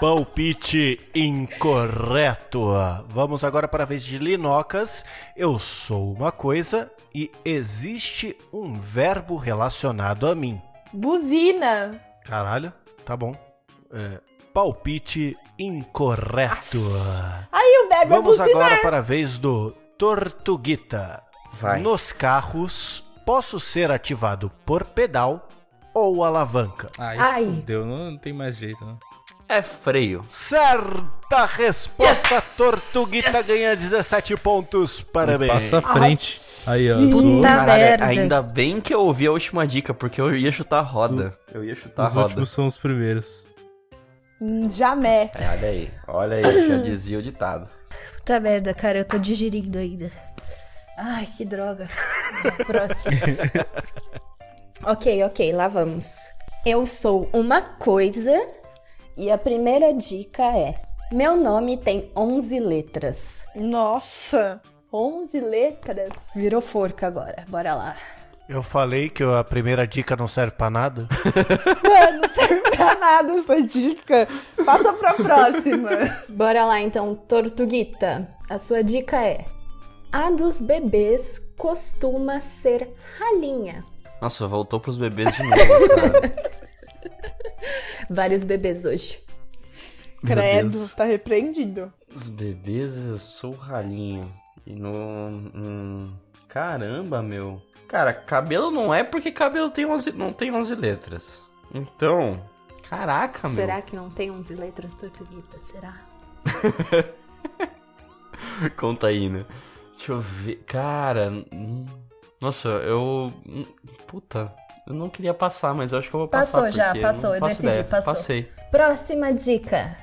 B: Palpite incorreto. Vamos agora para a vez de Linocas. Eu sou uma coisa e existe um verbo relacionado a mim.
E: buzina.
B: Caralho, tá bom. É, palpite incorreto.
E: Aí o verbo
B: Vamos
E: é buzinar.
B: agora para a vez do Tortuguita.
D: Vai.
B: Nos carros, posso ser ativado por pedal ou alavanca.
A: Ai,
G: Ai.
A: fudeu, não, não tem mais jeito, né? não.
F: É freio.
B: Certa resposta, Tortuguita ganha 17 pontos. Parabéns.
A: Passa à frente. Aí, ó. zoou.
H: Puta merda.
D: ainda bem que eu ouvi a última dica, porque eu ia chutar a roda. Eu ia chutar a
A: Os
D: roda.
A: últimos são os primeiros.
E: Hum, Jamé.
D: É, Olha aí, olha aí, já dizia o ditado.
H: Puta merda, cara, eu tô digerindo ainda. Ai, que droga.
G: Próximo. ok, ok, lá vamos. Eu sou uma coisa e a primeira dica é: meu nome tem 11 letras.
E: Nossa, 11 letras.
G: Virou forca agora, bora lá.
B: Eu falei que a primeira dica não serve pra nada.
E: Mano, não serve pra nada essa dica. Passa pra próxima.
G: Bora lá então, Tortuguita. A sua dica é: a dos bebês costuma ser ralinha.
D: Nossa, voltou pros bebês de novo, cara.
G: Vários bebês hoje.
E: Credo, tá repreendido.
D: Os bebês, eu sou ralinho. E no. hum, caramba, meu. Cara, cabelo não é porque cabelo tem 11, não tem 11 letras. Então. Caraca, meu.
G: Será que não tem 11 letras, Tortuguita? Será?
D: Conta aí, né? Deixa eu ver. Cara. hum, Nossa, eu. hum, Puta. Eu não queria passar, mas eu acho que eu vou passar.
G: Passou já,
D: porque
G: passou,
D: não
G: eu
D: faço
G: decidi,
D: ideia.
G: passou.
D: Passei.
G: Próxima dica: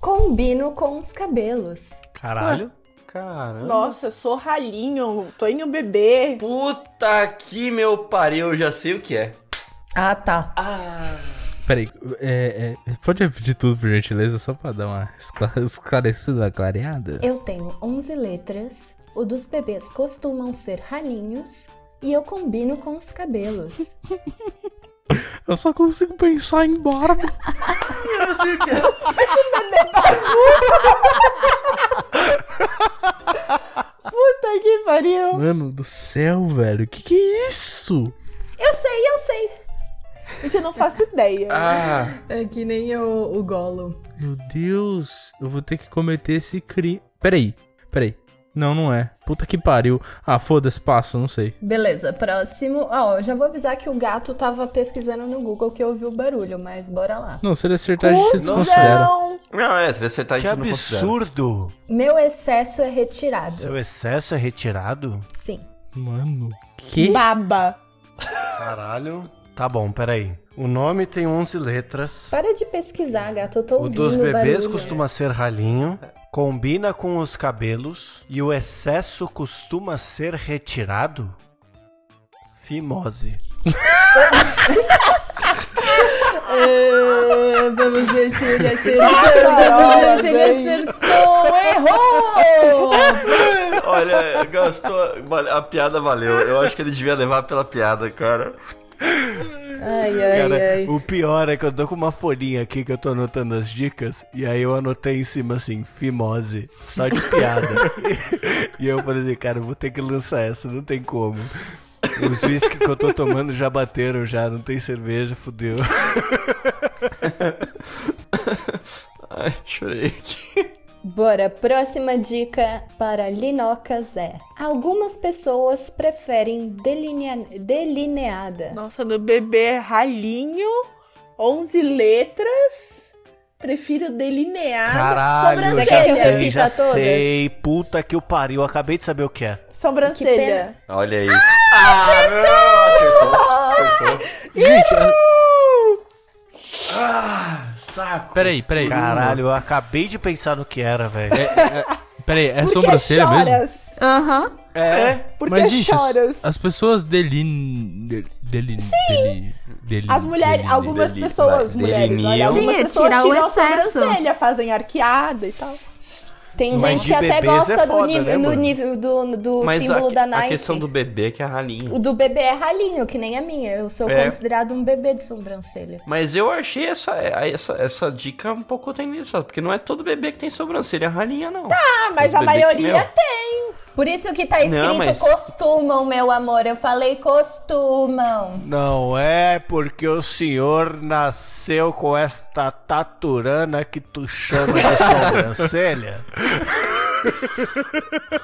G: combino com os cabelos.
B: Caralho.
D: Caramba.
E: Nossa, sou ralinho, tô em um bebê.
D: Puta que meu pariu, eu já sei o que é.
G: Ah, tá.
A: Peraí, é, é, pode repetir tudo, por gentileza, só pra dar uma escla- esclarecida, uma clareada?
G: Eu tenho 11 letras, o dos bebês costumam ser ralinhos e eu combino com os cabelos.
A: Eu só consigo pensar em barba.
D: Eu sei o que é.
E: Puta que pariu.
A: Mano do céu, velho. Que que é isso?
G: eu sei, eu sei!
E: Gente, eu não faço ideia.
D: Ah,
G: É que nem o, o Gollum.
A: Meu Deus, eu vou ter que cometer esse crime. Peraí, peraí. Não, não é. Puta que pariu. Ah, foda-se, passo, não sei.
G: Beleza, próximo. Ó, já vou avisar que o gato tava pesquisando no Google que ouviu o barulho, mas bora lá.
A: Não, se ele acertar, a gente se desconsidera.
E: Não.
D: não, é, se ele acertar a
B: Que
D: gente não considera.
B: absurdo!
G: Meu excesso é retirado.
B: Seu excesso é retirado?
G: Sim.
A: Mano, que?
E: Baba.
B: Caralho. Tá bom, peraí. O nome tem 11 letras.
G: Para de pesquisar, gato. Eu tô
B: O
G: ouvindo
B: dos bebês
G: barulho. é.
B: costuma ser ralinho, combina com os cabelos e o excesso costuma ser retirado? Fimose.
G: Vamos ver se ele acertou. Vamos ver se ele é acertou. Errou!
D: Olha, gastou. A piada valeu. Eu acho que ele devia levar pela piada, cara.
G: Ai, ai,
B: Cara,
G: ai.
B: o pior é que eu tô com uma folhinha aqui que eu tô anotando as dicas e aí eu anotei em cima assim, fimose, só de piada. e eu falei assim, cara, eu vou ter que lançar essa, não tem como. Os whisky que eu tô tomando já bateram já, não tem cerveja, fudeu.
D: Ai, chorei aqui.
G: Bora, próxima dica para linocas é: algumas pessoas preferem delinea- delineada.
E: Nossa, no bebê é ralinho, 11 letras. Prefiro delinear.
B: Caralho, eu já
G: Sobrancelha. Você quer que
B: sei,
G: eu
B: já
G: repita todas?
B: sei. Puta que o pariu, acabei de saber o que é.
G: Que
E: Sobrancelha.
G: pena.
D: Olha aí. Ah, acertou! Acertou.
A: Gente, a-
D: Ah, saco.
A: peraí, peraí.
B: Caralho, eu acabei de pensar no que era, velho.
A: É, é- peraí, é
E: Por que
A: sobrancelha mesmo?
E: choras? Aham.
B: É,
E: Por que
A: Mas, gente,
E: choras?
A: as, as pessoas delin... de- delin... Deli, deli,
E: As mulheres,
A: delin-
E: algumas
D: delícia,
E: pessoas,
D: vai,
E: mulheres, olha,
D: delineam.
E: algumas
H: Sim, é
E: pessoas
H: tirar o
G: um
E: tiram a
H: excesso.
E: sobrancelha, fazem arqueada e tal.
G: Tem
B: Mas
G: gente
B: de
G: que até
B: bebês
G: gosta
B: é
G: do
B: foda,
G: nível,
B: né,
G: no
B: mano?
G: nível do, do
D: Mas a,
G: símbolo da Nike.
D: a questão do bebê que é a ralinha.
G: O do bebê é ralinho, que nem a minha. Eu sou
D: É.
G: considerado um bebê de sobrancelha.
D: Mas eu achei essa, é, essa, essa dica um pouco tendenciosa, porque não é todo bebê que tem sobrancelha ralinha, não.
E: Ah, mas
D: Os
E: a
D: bebê que
E: maioria
D: meu.
E: tem.
G: Por isso que tá escrito
D: Não, mas-
G: costumam, meu amor. Eu falei costumam.
B: Não é porque o senhor nasceu com esta taturana que tu chama de sobrancelha?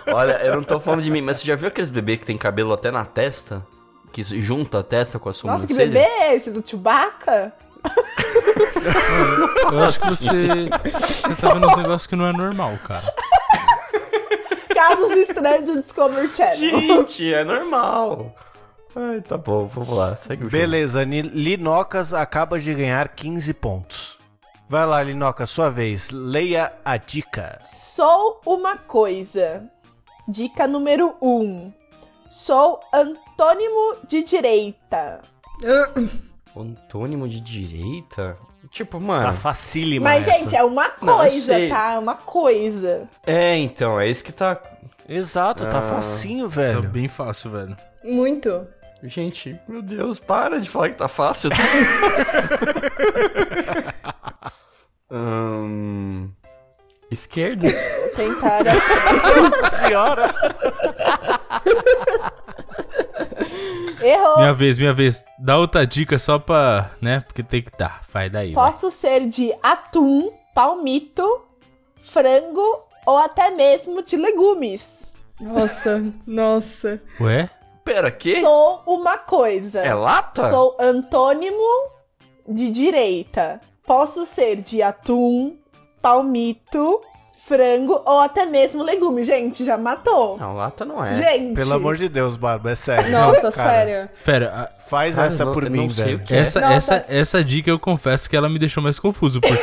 D: Olha, eu não tô falando de mim, mas você já viu aqueles bebês que tem cabelo até na testa? Que se junta a testa com a
E: Nossa, que
D: sobrancelha?
E: bebê é esse? Do Chewbacca?
A: Eu acho que você, você tá vendo uns negócios que não é normal, cara.
E: Casos estranhos do Discovery Channel.
D: Gente, é normal. Ai, tá bom, vamos lá. Segue o jogo.
B: Beleza, Ni- Linocas acaba de ganhar 15 pontos. Vai lá, Linocas, sua vez. Leia a dica.
E: Sou uma coisa. Dica número 1. Um. Sou antônimo de direita.
D: Antônimo de direita? Tipo, mano.
B: Tá facílima
E: Mas,
B: essa.
E: gente, é uma
D: Não, eu
E: coisa,
D: sei.
E: tá? É Uma coisa.
D: É, então, é isso que tá.
B: Exato, tá facinho,
A: Tá
B: velho.
A: bem fácil, velho.
G: Muito.
D: Gente, meu Deus, para de falar que tá fácil. Hum, Esquerda?
E: Tentaram.
B: Senhora!
E: Errou.
A: Minha vez, minha vez. Dá outra dica só pra. né? Porque tem que dar. Vai daí. vai.
E: Posso ser de atum, palmito, frango ou até mesmo de legumes.
H: Nossa, nossa.
A: Ué?
D: Pera, que?
E: Sou uma coisa.
D: É lata?
E: Sou antônimo de direita. Posso ser de atum, palmito, frango ou até mesmo legume. Gente, já matou.
D: Não, lata não é.
E: Gente.
B: Pelo amor de Deus, Barba, é sério.
H: Nossa,
B: Cara,
H: sério.
A: Pera, a-
B: Faz
D: Cara,
B: essa
D: eu
B: por
D: não- eu
B: mim,
D: não sei
B: velho.
D: o que é.
A: essa,
E: Nossa.
A: essa, essa dica eu confesso que ela me deixou mais confuso, porque.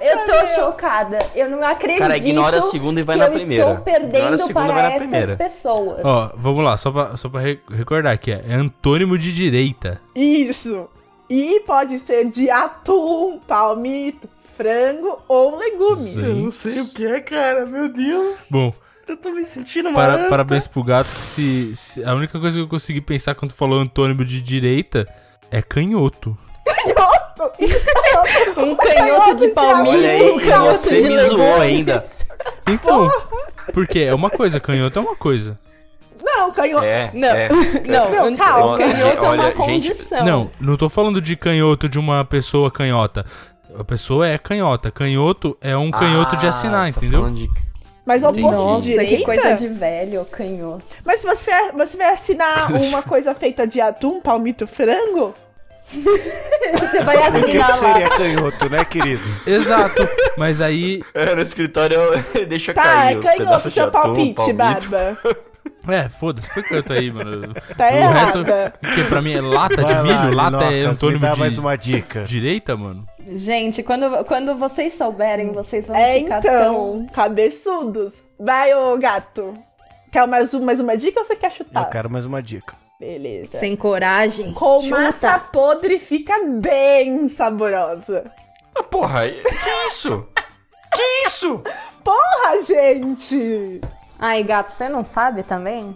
G: Eu tô chocada. Eu não acredito
D: Cara, ignora a segunda e vai
G: que
D: na
G: eu
D: primeira.
G: estou
D: Ignora a
G: perdendo
D: segunda e
G: para
D: vai na
G: essas
D: primeira.
G: pessoas.
A: Ó, vamos lá, só pra, só pra re- recordar aqui. É antônimo de direita.
E: Isso. E pode ser de atum, palmito, frango ou um legumes.
A: Eu não
D: sei o que é, cara. Meu Deus,
A: Bom,
D: eu tô me sentindo
A: para, parabéns pro gato que se, se- A única coisa que eu consegui pensar quando tu falou antônimo de direita é canhoto.
G: Um canhoto de
D: Olha aí,
G: palmito, um
D: e
G: canhoto
D: você
G: de
D: me zoou
G: legume.
D: ainda.
A: Então, porque é uma coisa, canhoto é uma coisa.
E: Não, canhoto.
D: É,
G: Não,
D: é.
G: não,
E: Não, calma.
G: um canhoto é
D: Olha,
G: uma
D: gente, Então.
G: condição.
A: Não, não tô falando de canhoto de uma pessoa canhota. A pessoa é canhota. Canhoto é um canhoto de
D: Ah,
A: assinar,
D: você tá
A: entendeu?
D: falando de-
E: Mas o oposto
H: Nossa,
E: de direita.
H: que coisa de velho, canhoto.
E: Mas se você, vier- você vai assinar uma coisa feita de atum, palmito, frango?
G: Você vai
B: Por que,
G: assinar
B: que
G: lá.
B: seria canhoto, né, querido?
A: Exato. Mas aí.
D: É, no escritório eu deixo
E: Tá,
D: cair
E: é
D: os
E: canhoto,
D: pedaços de
E: seu
D: atum,
E: palpite,
D: palmito.
E: Barba.
A: É, foda-se, foi canhoto aí, mano.
E: Tá
A: o resto.
E: errada.
A: Que pra mim é lata de
D: Tá
B: Vai lá,
A: milho, lata é
D: um
B: Linocas, me
A: antônimo
B: dá
A: de
B: mais uma dica.
A: direita, mano.
G: Gente, quando, quando vocês souberem, vocês vão
E: É
G: ficar
E: então, cabeçudos. Vai, ô gato. Quer mais, um- mais uma dica ou você quer
B: Eu
E: chutar?
B: quero mais uma dica.
E: Beleza.
H: Sem coragem.
E: Com
H: Chuta.
E: massa podre fica bem saborosa.
D: Ah, porra, e- que isso? Que isso?
E: Porra, gente!
G: tão... Ai, gato, você não sabe também?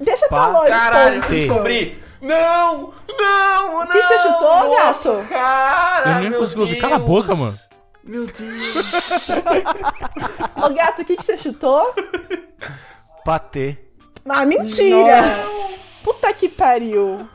E: Deixa eu falar
D: Caralho, eu
B: Tem.
D: descobri. Não, não, não.
E: que você chutou,
D: nossa,
E: gato?
D: Cara,
A: Eu nem
D: Ah, meu
A: consigo ouvir.
D: Deus.
A: Cala a boca, mano.
D: Meu Deus.
E: Ô gato, o que, que você chutou?
B: Patê.
E: Ah, mentira! Puta que pariu.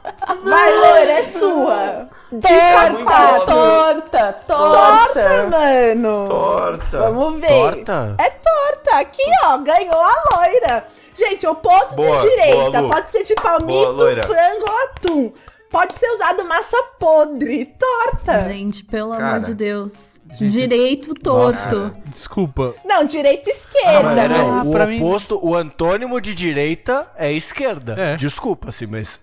E: Vai, Loura, é sua.
D: muito
E: Dica 4.
C: Torta,
E: Torta,
C: torta.
E: mano.
D: Torta.
E: Vamos ver.
B: Torta?
E: É torta. Aqui, ó, ganhou a loira. Gente, oposto
D: Boa,
E: de direita.
D: boa, Lu.
E: Pode ser de
D: Boa,
E: palmito,
D: loira.
E: frango ou atum. Pode ser usado massa podre. Torta.
H: Gente, pelo
D: Cara.
H: amor de Deus. Direito torto.
A: Desculpa.
E: não, direita e esquerda.
A: peraí.
E: mano.
A: Ah,
B: o
A: pra mim-
B: oposto, o antônimo de direita é esquerda.
A: É.
B: Desculpa-se, mas.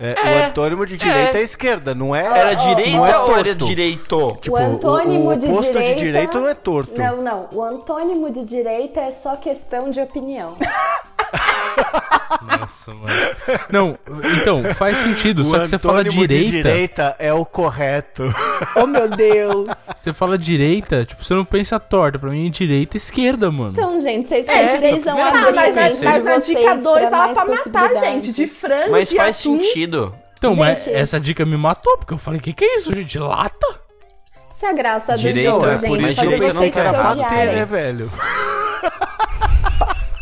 B: é, O antônimo de direita é, esquerda, não é.
D: Era
B: não é
D: direita ou era
B: torto.
D: direito?
B: Tipo,
C: o antônimo
B: o, o
C: de
B: oposto
C: direita.
B: de direito não é torto.
C: Não, não. O antônimo de direita é só questão de opinião.
A: Nossa, mano. Não, então, faz sentido.
B: O
A: só que você fala
B: antônimo
A: direita.
B: de direita é o correto.
D: é.
E: Oh, meu Deus.
A: Você fala direita, tipo, você não pensa torta. Pra mim é direita e esquerda, mano.
C: Então, gente, vocês
E: É,
C: precisam
G: ah,
E: tá,
C: abrir
E: mas na,
C: a mente
E: mas
C: de
E: na
C: vocês
E: dica 2
C: pra
E: ela
C: mais
E: pra matar,
C: possibilidades.
E: gente. De frango,
D: Mas
E: de
D: faz
E: atum.
D: sentido.
A: Então, mas
C: Gente-
A: essa dica me matou, porque eu falei, que que é isso, gente? Lata?
C: Isso é a graça do
D: Direita,
B: Então,
C: jogo,
D: é por
C: gente.
D: isso
C: Fazer
D: que eu não
C: vocês se
D: quero bater,
C: odiarem.
B: né, velho?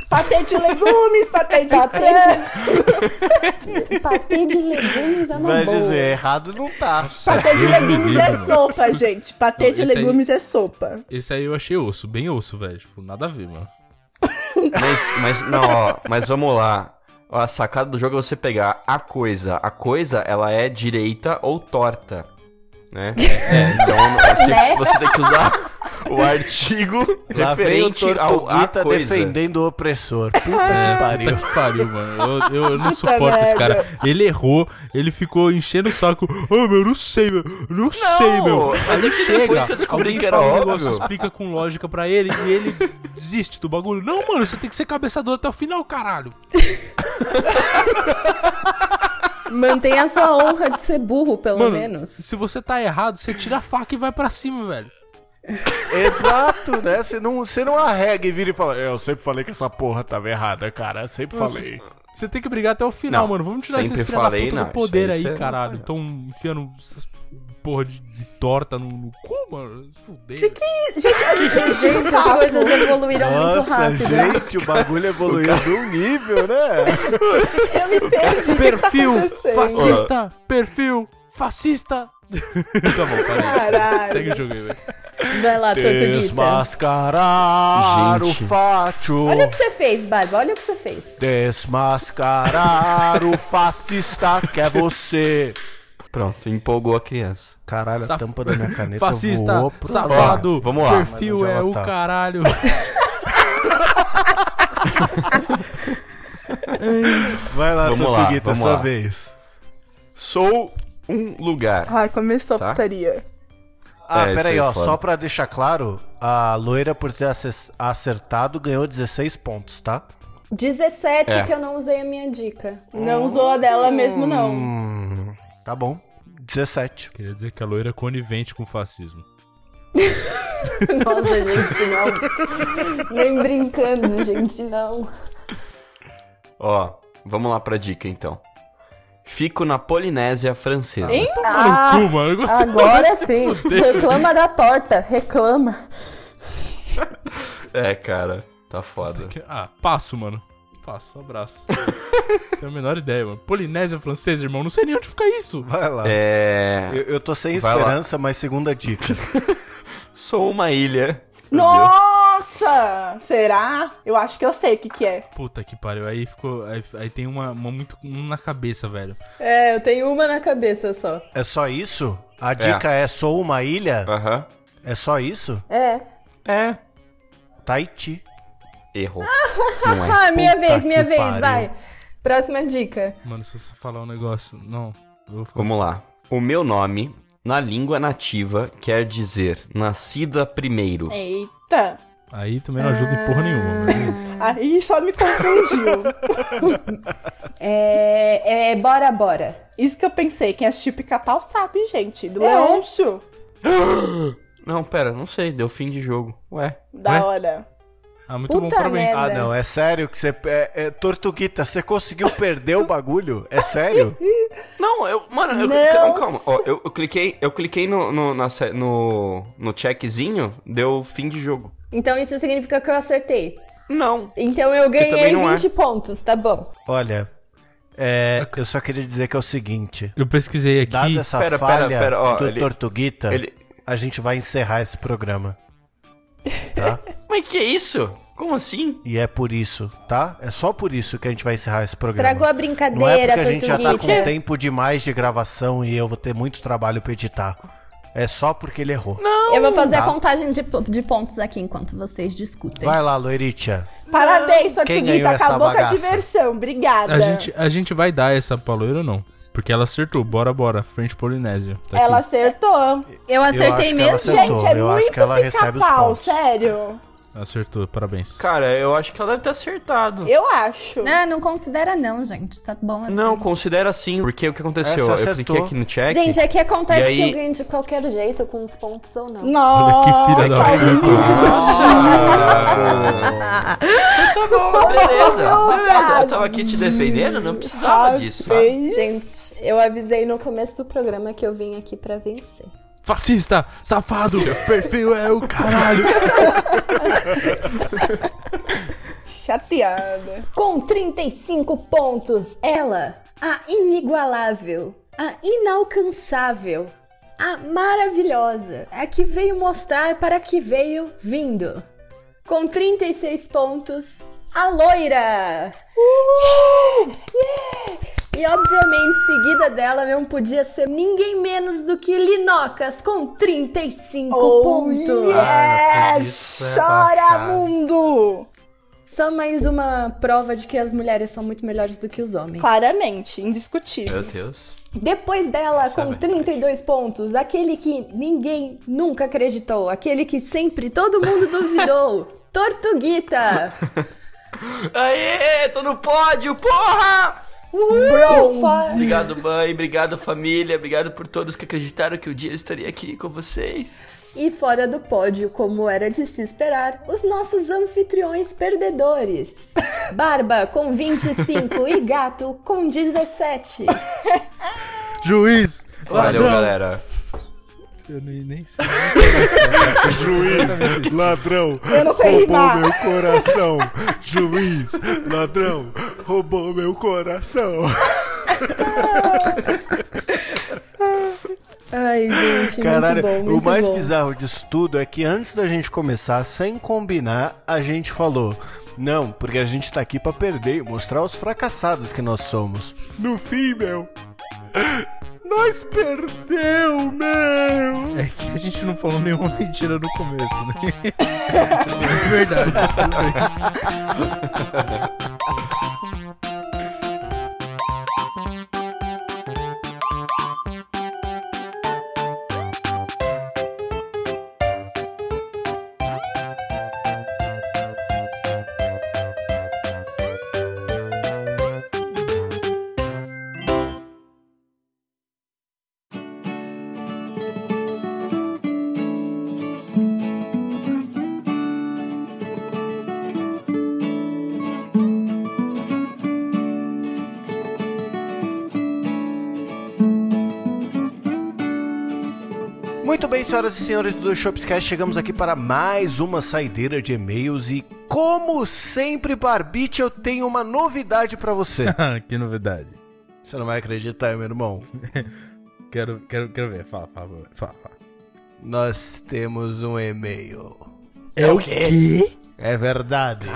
E: Patê de legumes, patê de
C: Patê
E: frango.
C: de... Patê de legumes é uma
B: Vai
C: boa.
B: dizer, errado não tá.
E: Patê de
A: Deus me
E: legumes
A: livre,
E: é
A: mano.
E: sopa, gente. Patê
A: Não,
E: de
A: isso aí-
E: legumes é sopa.
A: Esse aí eu achei osso, bem osso, velho. Tipo, nada a ver, mano.
D: Mas, mas não, ó, mas vamos lá. Ó, A sacada do jogo é você pegar a coisa. A coisa, ela é direita ou torta, né? É, então
E: Né?
D: você, você tem que usar o artigo
B: Lá vem o
D: referente ao, à
B: Tortuguita
D: coisa.
B: defendendo o opressor. Puta que
A: Puta
B: pariu.
A: que pariu, mano. Eu, eu não suporto esse cara. Ele errou, ele ficou enchendo o saco. Ô, meu, não sei, meu. Não, sei, meu.
D: mas é que
A: Chega.
D: depois que eu descobri
A: alguém
D: que era
A: fala um
D: óbvio.
A: negócio, explica com lógica pra ele e ele desiste do bagulho. Não, mano, você tem que ser cabeçador até o final, caralho.
G: Mantenha a sua honra de ser burro, pelo
A: Mano,
G: menos.
A: se você tá errado, você tira a faca e vai pra cima, velho.
B: Exato, né? Você não, você não arrega e vira e fala, eu sempre falei que essa porra tava errada, cara. Eu sempre falei.
A: Você tem que brigar até o final,
D: Não,
A: mano. Vamos tirar
D: sempre
A: esses filha da
D: falei,
A: puta
D: não,
A: do
D: isso
A: poder
D: aí
A: aí,
D: você não
A: caralho.
D: fala.
A: Estão enfiando essas porra de, de torta no, no cu, mano. Fudeu.
G: Gente, as coisas evoluíram muito
B: Nossa,
G: rápido.
B: gente, o bagulho evoluiu de um nível, né?
E: Eu me perdi.
A: Perfil
E: acontecendo?
A: fascista! Perfil fascista! tá bom, parei.
E: Caralho.
A: Segue o jogo aí, velho.
G: Vai lá, Tortuguita.
B: Desmascarar o fátio.
G: Olha o que você fez, Barba. Olha o que você fez.
B: Desmascarar o fascista que é você.
D: Pronto, empolgou a criança.
B: Caralho, a
A: Saf-
B: tampa da minha caneta
A: Fascista,
B: voou pro
A: safado,
D: Ó, vamos lá.
B: Mas
A: perfil
B: onde
A: é
B: ela
A: o
B: tá?
A: caralho.
B: Vai lá,
D: Vamos lá,
B: Tortuguita,
D: vamos
B: sua
D: lá.
B: vez.
D: Sou um lugar.
E: Ai, começou a
D: Tá.
E: putaria.
B: Ah,
D: É,
B: peraí,
D: isso aí,
B: ó,
D: foda.
B: só pra deixar claro, a loira por ter aces- acertado ganhou 16 pontos, tá?
C: 17 que eu não usei a minha dica.
E: Não usou a dela mesmo, não.
B: Tá bom. 17.
A: Queria dizer que a loira é conivente com o fascismo.
C: Nossa, gente, não. Nem brincando, gente, não.
D: Ó, vamos lá pra dica então. Fico na Polinésia Francesa.
A: Ah, cu, mano.
C: Agora sim.
A: fudeu.
C: Reclama da torta. Reclama.
D: É, cara, tá foda.
A: Ah, passo, mano. Passo, abraço. Tenho a menor ideia, mano. Polinésia francesa, irmão. Não sei nem onde fica isso.
B: Vai lá.
D: É.
B: Eu, eu tô sem
D: Vai lá.
B: esperança, mas segunda dica.
D: Sou uma ilha.
E: Nossa! Será? Eu acho que eu sei o que que é.
A: Puta que pariu. Aí ficou. Aí, aí tem uma, uma muito um na cabeça, velho.
G: É, eu tenho uma na cabeça só.
B: É só isso? A dica é, sou uma ilha?
D: Aham.
B: É só isso?
G: É.
D: É.
B: Tahiti.
D: Errou. Não é.
G: Ah, minha vez, minha
B: que
G: vez,
B: pariu.
G: vai. Próxima dica.
A: Mano, se você falar um negócio. Não. eu vou falar.
D: Vamos lá. O meu nome, na língua nativa, quer dizer nascida primeiro.
G: É.
E: Eita!
A: Aí também não ajuda em porra nenhuma,
E: Hum.
A: né? mano.
E: Aí Ah, só me confundiu.
C: É, é bora, bora.
E: Isso que eu pensei. Quem assistiu pica-pau sabe, gente. Do Leôncio.
D: Não, pera, não sei, deu fim de jogo. Ué.
E: Da
A: Ué?
E: hora.
A: Ah, muito bom,
C: Puta
A: parabéns.
C: merda.
B: Ah, não, é sério que você. É, é, Tortuguita, você conseguiu perder o bagulho? É sério?
D: Não, eu. Mano, eu.
E: Não.
D: Calma. Ó, eu, eu cliquei, eu cliquei no, no, na se- no, no checkzinho, deu fim de jogo.
G: Então isso significa que eu acertei.
D: Não.
G: Então eu
D: também
G: ganhei
D: não é.
G: 20 pontos, tá bom.
B: Olha, É, eu só queria dizer que é o seguinte.
A: Eu pesquisei aqui.
B: Dada essa
D: Pera, pera,
B: falha
D: pera, ó,
B: do
D: ele-
B: Tortuguita,
D: ele-
B: a gente vai encerrar esse programa.
D: Mas que isso? Como assim?
B: E é por isso, tá? É só por isso que a gente vai encerrar esse programa.
H: Estragou a
B: Não é
H: brincadeira,
B: porque a gente já tá com
H: Tortuguita.
B: tempo demais de gravação e eu vou ter muito trabalho pra editar. É só porque ele errou.
G: Eu vou fazer a
B: Tá.
G: contagem de, po- de pontos aqui enquanto vocês discutem.
B: Vai lá, Loiritia.
E: Parabéns,
B: Quem ganhou
E: Tortuguita.
B: essa
E: Acabou com a
B: bagaça?
E: diversão. Obrigada.
A: A gente, a gente vai dar essa paloeira ou não? Porque ela acertou. Bora, bora. Frente Polinésia. Tá aqui.
E: Ela acertou.
G: Eu acertei
B: acho que ela
G: mesmo?
B: acertou.
E: Gente, é
B: Eu acho
E: muito
B: que ela recebe os
E: pica-pau,
B: pontos.
E: sério.
A: Acertou, parabéns.
F: Cara, eu acho que ela deve ter acertado.
E: Eu acho.
G: Ah, não considera não, gente. Tá bom assim.
F: Não, considera assim, porque o que aconteceu?
B: Essa
F: Eu cliquei
B: acertou.
F: aqui no check.
G: Gente, é que acontece
F: E aí-
G: que eu ganho de qualquer jeito, com os pontos ou não.
A: Olha que filha da
E: Nossa,
A: puta.
F: Ah, tá bom, beleza. beleza. Eu tava aqui te defendendo, não
G: Ah,
F: precisava disso. sabe?
E: parabéns.
G: Gente, eu avisei no começo do programa que eu vim aqui pra vencer.
A: Fascista, safado, perfil é o caralho.
E: Chateada.
G: Com 35 pontos, ela, a inigualável, a inalcançável, a maravilhosa, a que veio mostrar para que veio vindo. Com 36 pontos, a loira! E obviamente, seguida dela não podia ser ninguém menos do que Linocas com 35
E: Oh,
G: pontos.
E: Ah, Yes! Chora, mundo!
G: Só mais uma prova de que as mulheres são muito melhores do que os homens.
E: Claramente, indiscutível.
F: Meu Deus.
G: Depois dela, com 32 pontos, aquele que ninguém nunca acreditou, aquele que sempre todo mundo duvidou, Tortuguita!
F: Aê, tô no pódio, porra!
E: Bro!
F: Obrigado, mãe. Obrigado, família. Obrigado por todos que acreditaram
D: um
F: que o dia eu estaria aqui com vocês.
G: E fora do pódio, como era de se esperar, os nossos anfitriões perdedores. Barba com 25 e Gato com 17.
A: Juiz.
F: Valeu, galera.
A: Eu nem, nem sei.
I: Juiz, ladrão,
E: Eu não sei
I: roubou
E: rimar.
I: meu coração. Juiz, ladrão, roubou meu coração.
G: Ai, gente,
B: Caralho,
G: muito bom, muito
B: o mais
G: bom.
B: bizarro disso tudo é que antes da gente começar, sem combinar, a gente falou. Não, porque a gente tá aqui pra perder e mostrar os fracassados que nós somos.
I: No fim, meu, nós perdeu, meu.
A: É que a gente não falou nenhuma mentira no começo, né? É verdade.
B: Muito bem, senhoras e senhores do Shopscast, chegamos aqui para mais uma saideira de e-mails e, como sempre, Barbite, eu tenho uma novidade pra você.
A: Ah, que novidade.
B: você não vai acreditar, meu irmão.
A: Quero, quero, quero ver. Fala, fala, fala. fala.
B: Nós temos um e-mail.
A: É o quê?
B: É verdade.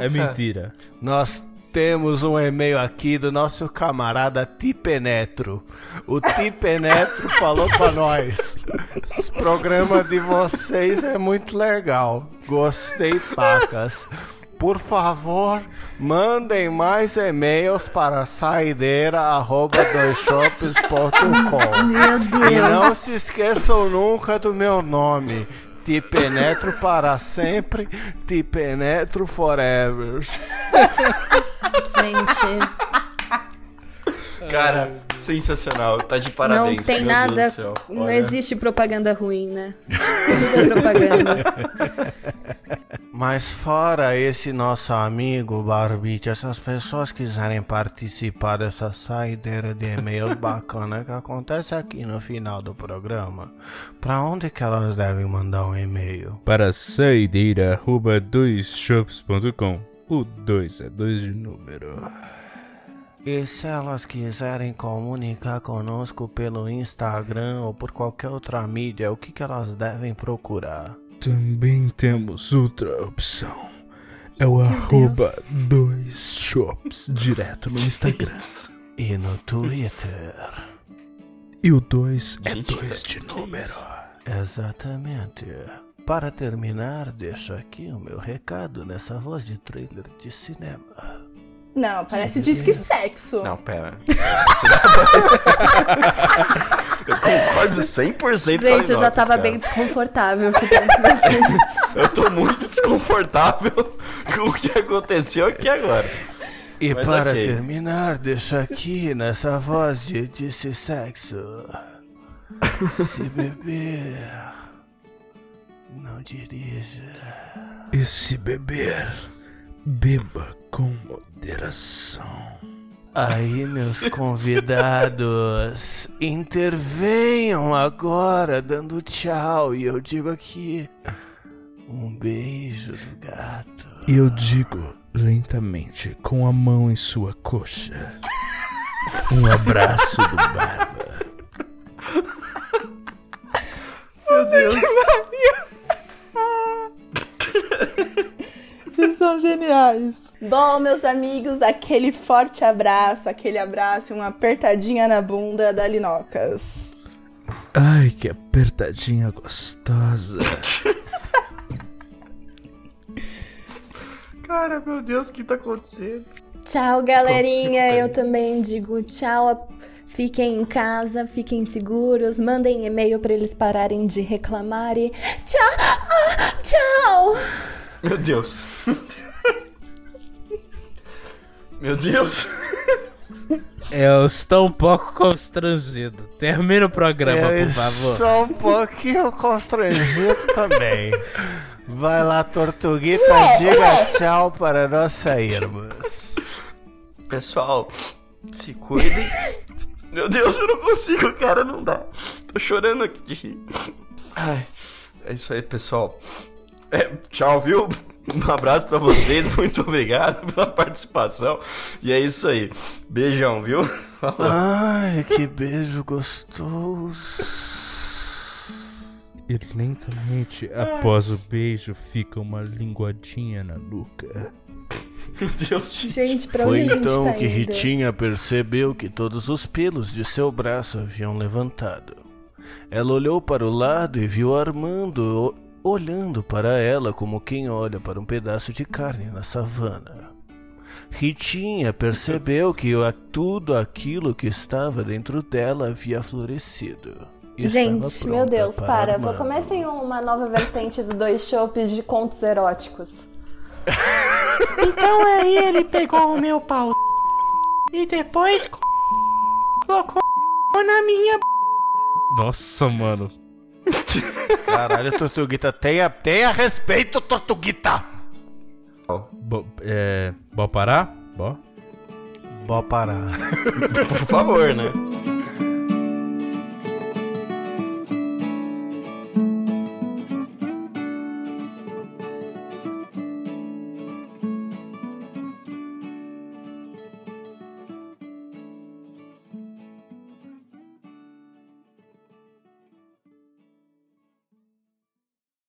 A: É mentira.
B: Nós temos um e-mail aqui do nosso camarada Tipenetro. O Tipenetro falou pra nós: Esse programa de vocês é muito legal. Gostei, pacas. Por favor, mandem mais e-mails para saideira.com. E não se esqueçam nunca do meu nome. Te penetro para sempre, te penetro forever.
H: Gente,
D: Cara, sensacional. Tá de parabéns.
H: não tem
D: meu
H: nada.
D: Deus do céu.
H: Não
D: Olha.
H: existe propaganda ruim, né? Tudo é propaganda.
B: Mas fora esse nosso amigo Barbite, essas pessoas quiserem participar dessa saideira de e-mails bacana que acontece aqui no final do programa, pra onde que elas devem mandar um e-mail?
A: Para saideira.doisshops.com. O 2 é 2 de número.
B: E se elas quiserem comunicar conosco pelo Instagram ou por qualquer outra mídia, o que, que elas devem procurar?
A: Também temos outra opção. É o arroba dois shops direto no Instagram.
B: E no Twitter?
A: E o 2 é 2 de número.
B: Exatamente. Para terminar, deixo aqui o meu recado nessa voz de trailer de cinema.
E: Não, parece disque sexo.
D: Não, pera. eu concordo 100% com
H: Gente, eu já
D: Inox,
H: tava
D: cara.
H: bem desconfortável aqui dentro da frente.
D: Eu tô muito desconfortável com o que aconteceu aqui agora.
B: E
D: Mas
B: para
D: ok.
B: terminar, deixo aqui nessa voz de disse sexo. Se beber, não dirija.
A: E se beber, beba com moderação.
B: Aí, meus convidados, intervenham agora dando tchau e eu digo aqui um beijo do gato.
A: E eu digo lentamente, com a mão em sua coxa. Um abraço do Barba.
E: Vocês são geniais. Bom, meus amigos, aquele forte abraço, aquele abraço e uma apertadinha na bunda da Linocas.
A: Ai, que apertadinha gostosa.
D: Cara, meu Deus, o que tá acontecendo?
G: Tchau, galerinha. Eu também digo tchau. Fiquem em casa, fiquem seguros, mandem e-mail pra eles pararem de reclamar e tchau, ah, tchau.
D: Meu Deus. Meu Deus.
A: Eu estou um pouco constrangido. Termina o programa, por favor.
B: É Só um pouquinho constrangido também. Vai lá, Tortuguita, diga tchau para nós sairmos.
D: Pessoal, se cuidem. Meu Deus, eu não consigo, cara, não dá. Tô chorando aqui de rir. Ai, é isso aí, pessoal. É, tchau, viu? Um abraço pra vocês, muito obrigado pela participação. E é isso aí. Beijão, viu? Falou.
B: Ai, que beijo gostoso.
A: E lentamente, após o beijo, fica uma linguadinha na nuca.
D: Meu Deus, gente.
G: Gente, pra
B: Foi
G: onde a gente
B: então
G: tá
B: que
G: indo?
B: Ritinha percebeu que todos os pelos de seu braço haviam levantado. Ela olhou para o lado e viu Armando o- olhando para ela como quem olha para um pedaço de carne na savana. Ritinha percebeu que a- tudo aquilo que estava dentro dela havia florescido.
C: Gente, meu Deus, para.
B: vou
C: Vou comecem uma nova vertente do Dois Shops de contos eróticos.
F: Então aí ele pegou o meu pau e depois co- colocou na minha.
A: Nossa, mano.
B: Caralho, Tortuguita, tenha, tenha respeito, Tortuguita!
A: Bo, é, bora parar? Bora?
B: Bó parar.
D: Por favor, né?